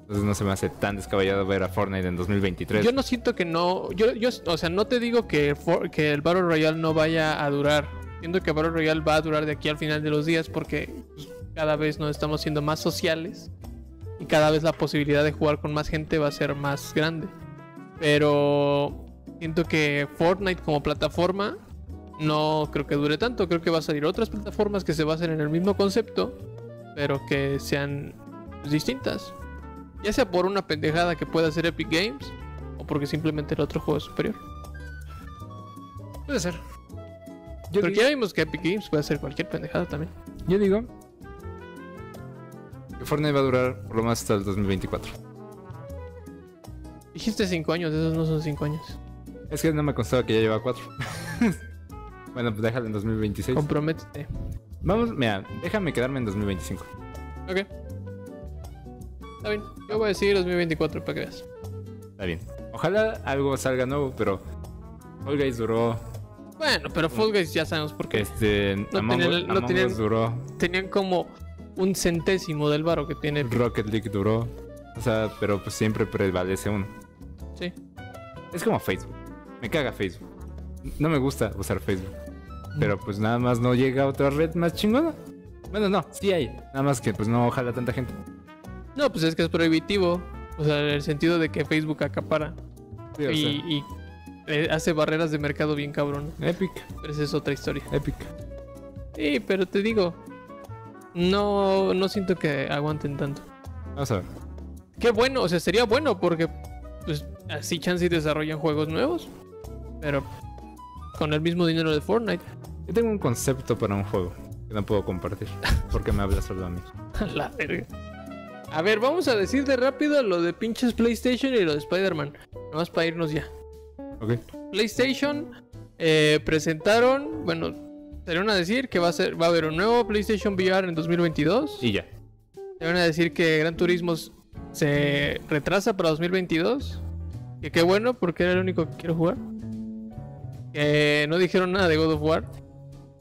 Speaker 2: Entonces no se me hace tan descabellado ver a Fortnite en 2023.
Speaker 1: Yo no siento que no. Yo, yo, o sea, no te digo que, for- que el Battle Royale no vaya a durar. Siento que el Battle Royale va a durar de aquí al final de los días porque pues, cada vez nos estamos siendo más sociales y cada vez la posibilidad de jugar con más gente va a ser más grande. Pero siento que Fortnite como plataforma no creo que dure tanto. Creo que va a salir otras plataformas que se basen en el mismo concepto, pero que sean pues, distintas. Ya sea por una pendejada que pueda hacer Epic Games o porque simplemente el otro juego es superior. Puede ser.
Speaker 2: Yo
Speaker 1: Pero
Speaker 2: digo-
Speaker 1: ya vimos que Epic Games puede hacer cualquier pendejada también.
Speaker 2: Yo digo que Fortnite va a durar por lo menos hasta el 2024.
Speaker 1: Dijiste 5 años, esos no son 5 años.
Speaker 2: Es que no me constaba que ya lleva 4. <laughs> bueno, pues déjalo en 2026.
Speaker 1: Comprométete.
Speaker 2: Vamos, mira, déjame quedarme en 2025.
Speaker 1: Ok. Está bien. Yo voy a decir 2024 para que veas.
Speaker 2: Está bien. Ojalá algo salga nuevo, pero Fall Guys duró.
Speaker 1: Bueno, pero Fall Guys ya sabemos por qué.
Speaker 2: Este,
Speaker 1: No
Speaker 2: Among,
Speaker 1: tenían-
Speaker 2: Us-
Speaker 1: no
Speaker 2: Among
Speaker 1: tenían-
Speaker 2: Us duró.
Speaker 1: Tenían como un centésimo del varo que tiene. Epic.
Speaker 2: Rocket League duró. O sea, pero pues siempre prevalece uno.
Speaker 1: Sí.
Speaker 2: Es como Facebook. Me caga Facebook. No me gusta usar Facebook. Pero pues nada más no llega otra red más chingona. Bueno, no, sí hay. Nada más que pues no ojalá tanta gente.
Speaker 1: No, pues es que es prohibitivo. O sea, en el sentido de que Facebook acapara
Speaker 2: Sí, o
Speaker 1: y, y, eh, hace barreras de mercado bien cabrón.
Speaker 2: sea, epic,
Speaker 1: Pero esa es otra historia.
Speaker 2: epic.
Speaker 1: Sí, pero te digo, no, no siento que aguanten tanto.
Speaker 2: Vamos a ver.
Speaker 1: Qué bueno, o sea, sería bueno porque pues, así chance y desarrollan juegos nuevos, pero con el mismo dinero de Fortnite. <laughs>
Speaker 2: Yo tengo un concepto para un juego que no puedo compartir porque me habla solo a mí.
Speaker 1: A La verga. A ver, vamos a decir de rápido lo de pinches PlayStation y lo de Spider-Man. Nomás para irnos ya.
Speaker 2: Ok.
Speaker 1: PlayStation eh, presentaron, bueno, salieron a decir que va a ser, va a haber un nuevo PlayStation VR en 2022.
Speaker 2: Y ya.
Speaker 1: Te van a decir que Gran Turismo se retrasa para 2022. Que qué bueno, porque era el único que quiero jugar. Que no dijeron nada de God of War.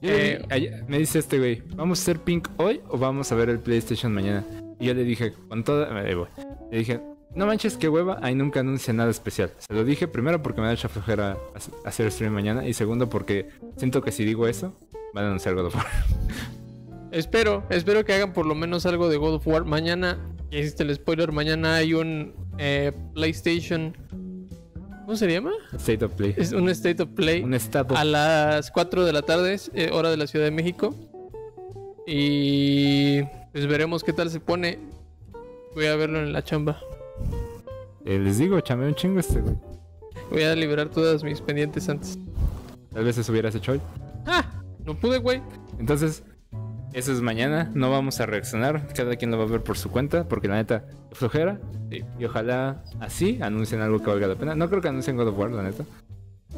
Speaker 2: Yo le
Speaker 1: Eh,
Speaker 2: di- ayer- me dice este güey, ¿vamos a hacer Pink hoy o vamos a ver el PlayStation mañana? Y yo le dije, con toda... eh, güey. Le dije, no manches, qué hueva, ahí nunca anuncia nada especial. Se lo dije primero porque me da mucha flojera hac- hacer stream mañana y segundo porque siento que si digo eso, van a anunciar God of War. <laughs>
Speaker 1: Espero, espero que hagan por lo menos algo de God of War. Mañana, ya hiciste el spoiler, mañana hay un eh, PlayStation. ¿Cómo se llama?
Speaker 2: State of Play.
Speaker 1: Es un State of Play.
Speaker 2: Un estado.
Speaker 1: a las 4 de la tarde, eh, hora de la Ciudad de México. Y pues veremos qué tal se pone. Voy a verlo en la chamba.
Speaker 2: Eh, les digo, chamé un chingo este güey.
Speaker 1: Voy a liberar todas mis pendientes antes.
Speaker 2: Tal vez eso hubieras hecho hoy.
Speaker 1: ¡Ah! No pude, güey.
Speaker 2: Entonces, eso es mañana. No vamos a reaccionar. Cada quien lo va a ver por su cuenta. Porque la neta, qué flojera. Y ojalá así anuncien algo que valga la pena. No creo que anuncien God of War, la neta.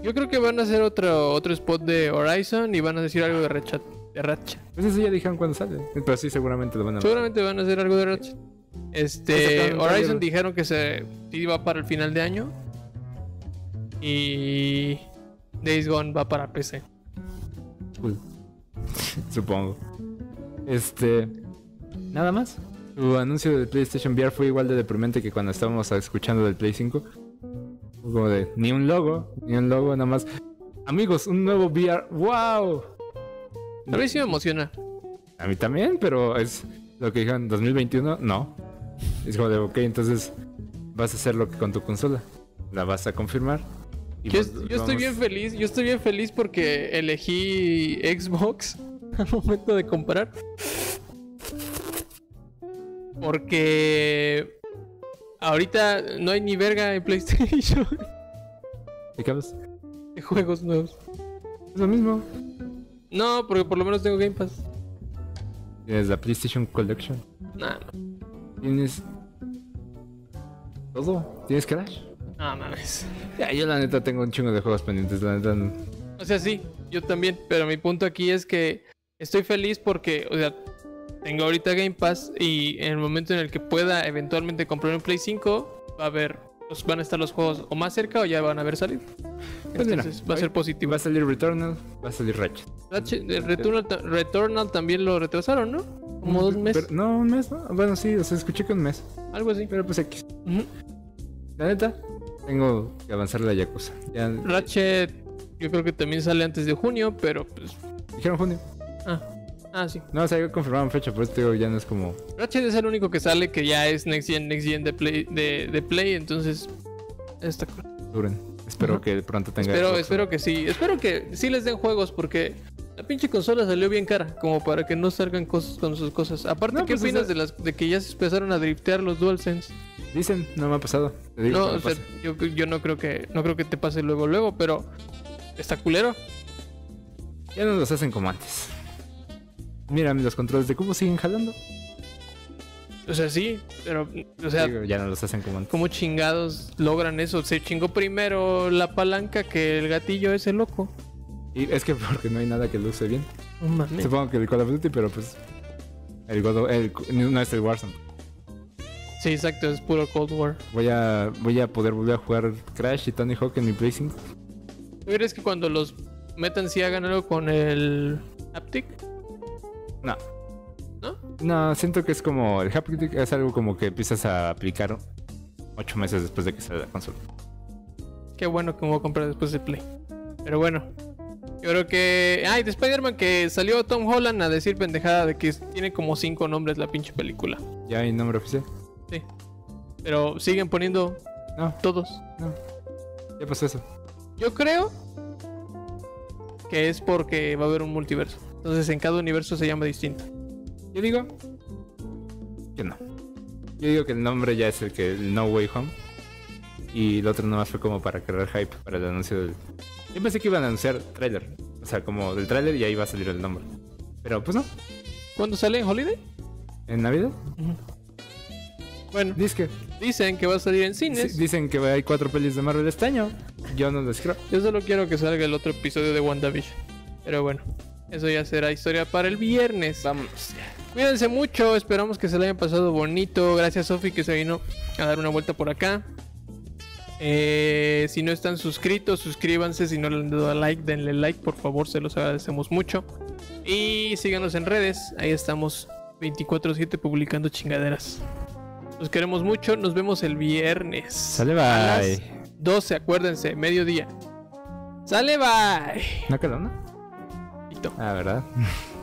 Speaker 1: Yo creo que van a hacer otro, otro spot de Horizon y van a decir algo de Ratchet. De Ratchet.
Speaker 2: Pues eso ya dijeron cuando sale. Pero sí, seguramente lo van a
Speaker 1: Seguramente van a hacer algo de Ratchet. Este,
Speaker 2: Sacaron un
Speaker 1: Horizon
Speaker 2: trailer.
Speaker 1: dijeron que se iba para el final de año. Y Days Gone va para PC.
Speaker 2: Cool. Supongo. Este. Nada más. Tu anuncio del PlayStation VR fue igual de deprimente que cuando estábamos escuchando del Play 5. Fue Como de, ni un logo, ni un logo, nada más. Amigos, un nuevo VR. ¡Wow!
Speaker 1: A mí sí me emociona.
Speaker 2: A mí también, pero es lo que dijeron 2021, no. Es como de, ok, entonces vas a hacer lo que con tu consola. La vas a confirmar. y
Speaker 1: Yo,
Speaker 2: pues
Speaker 1: yo estoy
Speaker 2: vamos-
Speaker 1: bien feliz, yo estoy bien feliz porque elegí Xbox <laughs> al momento de comprar. Porque ahorita no hay ni verga en PlayStation.
Speaker 2: Acabas.
Speaker 1: de <laughs> juegos nuevos.
Speaker 2: Es lo mismo.
Speaker 1: No, porque por lo menos tengo Game Pass.
Speaker 2: Tienes la PlayStation Collection.
Speaker 1: Nah, no,
Speaker 2: Tienes. Todo. Tienes Crash.
Speaker 1: no mames.
Speaker 2: Ya, yo la neta tengo un chingo de juegos pendientes. La neta. no-
Speaker 1: O sea, sí, yo también, pero mi punto aquí es que estoy feliz porque, o sea, tengo ahorita Game Pass y en el momento en el que pueda eventualmente comprar un Play 5, va a haber, pues, van a estar los juegos o más cerca o ya van a haber salido.
Speaker 2: Pues mira,
Speaker 1: Entonces va a ser
Speaker 2: Y
Speaker 1: positivo.
Speaker 2: va a salir Returnal. Va a salir Ratchet.
Speaker 1: Ratchet- eh, Returnal, ta- Returnal también lo retrasaron, ¿no? Como dos meses,
Speaker 2: Pero- no, un mes, ¿no? Bueno, sí, o sea, escuché que un mes.
Speaker 1: algo así.
Speaker 2: Pero pues X.
Speaker 1: Ujú.
Speaker 2: La neta, tengo que avanzar la Yakuza. Ya
Speaker 1: Ratchet, yo creo que también sale antes de junio, pero pues.
Speaker 2: dijeron junio.
Speaker 1: Ah, ah, sí.
Speaker 2: No, o sea, ya confirmaron fecha, por eso te digo, ya no es como.
Speaker 1: Ratchet es el único que sale que ya es Next Gen, Next Gen de Play, de, de play entonces. Está cool.
Speaker 2: Duren. Espero
Speaker 1: Ajá.
Speaker 2: que pronto tenga.
Speaker 1: Espero,
Speaker 2: Xbox.
Speaker 1: espero que sí. Espero que sí les den juegos porque la pinche consola salió bien cara, como para que no salgan cosas con sus cosas. Aparte,
Speaker 2: No,
Speaker 1: ¿qué
Speaker 2: pues, o
Speaker 1: opinas
Speaker 2: sea-
Speaker 1: de las de que ya se empezaron a driftear los DualSense?
Speaker 2: Dicen, no me ha pasado. Te digo,
Speaker 1: No,
Speaker 2: que me
Speaker 1: o sea,
Speaker 2: pasa.
Speaker 1: yo, yo no creo que no creo que te pase luego luego, pero está culero.
Speaker 2: Ya no los hacen como antes. Mira, los controles de cubo siguen jalando.
Speaker 1: O sea, sí, pero o sea,
Speaker 2: Digo, ya no los hacen como antes.
Speaker 1: ¿Cómo chingados logran eso? Se chingó primero la palanca que el gatillo ese loco.
Speaker 2: Y es que porque no hay nada que luce bien.
Speaker 1: No mames.
Speaker 2: Supongo que el Call of Duty, pero pues. El God of- el- no es el Warzone.
Speaker 1: Sí, exacto, es puro Cold War.
Speaker 2: Voy a, voy a poder volver a jugar Crash y Tony Hawk en mi Play 5.
Speaker 1: ¿Tú crees que cuando los metan sí hagan algo con el haptic?
Speaker 2: No.
Speaker 1: ¿No?
Speaker 2: No, siento que es como. El Haptic es algo como que empiezas a aplicar 8 meses después de que sale la consola.
Speaker 1: Qué bueno que me voy a comprar después de Play. Pero bueno, yo creo que... Ay, de Spider-Man que salió Tom Holland a decir pendejada de que tiene como cinco nombres la pinche película.
Speaker 2: ¿Ya hay nombre oficial?
Speaker 1: Pero siguen poniendo
Speaker 2: No.
Speaker 1: todos.
Speaker 2: Ya pasó eso.
Speaker 1: Yo creo que es porque va a haber un multiverso. Entonces en cada universo se llama distinto.
Speaker 2: Yo digo que no. Yo digo que el nombre ya es el que el No Way Home. Y el otro nomás fue como para crear hype para el anuncio del. Yo pensé que iban a anunciar tráiler. O sea, como del tráiler y ahí va a salir el nombre. Pero pues no.
Speaker 1: ¿Cuándo sale en Holiday?
Speaker 2: En Navidad.
Speaker 1: Bueno,
Speaker 2: Disque.
Speaker 1: dicen que va a salir en cines.
Speaker 2: Sí, Dicen que hay cuatro pelis de Marvel este año. Yo no les creo.
Speaker 1: Yo solo quiero que salga el otro episodio de WandaVision. Pero bueno, eso ya será historia para el viernes.
Speaker 2: Vamos.
Speaker 1: Cuídense mucho, esperamos que se la hayan pasado bonito. Gracias Sofi que se vino a dar una vuelta por acá. Eh, si no están suscritos, suscríbanse. Si no le han dado a like, denle like, por favor, se los agradecemos mucho. Y síganos en redes, ahí estamos 24/7 publicando chingaderas. Los queremos mucho, nos vemos el viernes.
Speaker 2: Sale,
Speaker 1: A
Speaker 2: bye.
Speaker 1: las 12, acuérdense, mediodía. Sale bye.
Speaker 2: ¿No quedó, no?
Speaker 1: Listo.
Speaker 2: Ah, ¿verdad?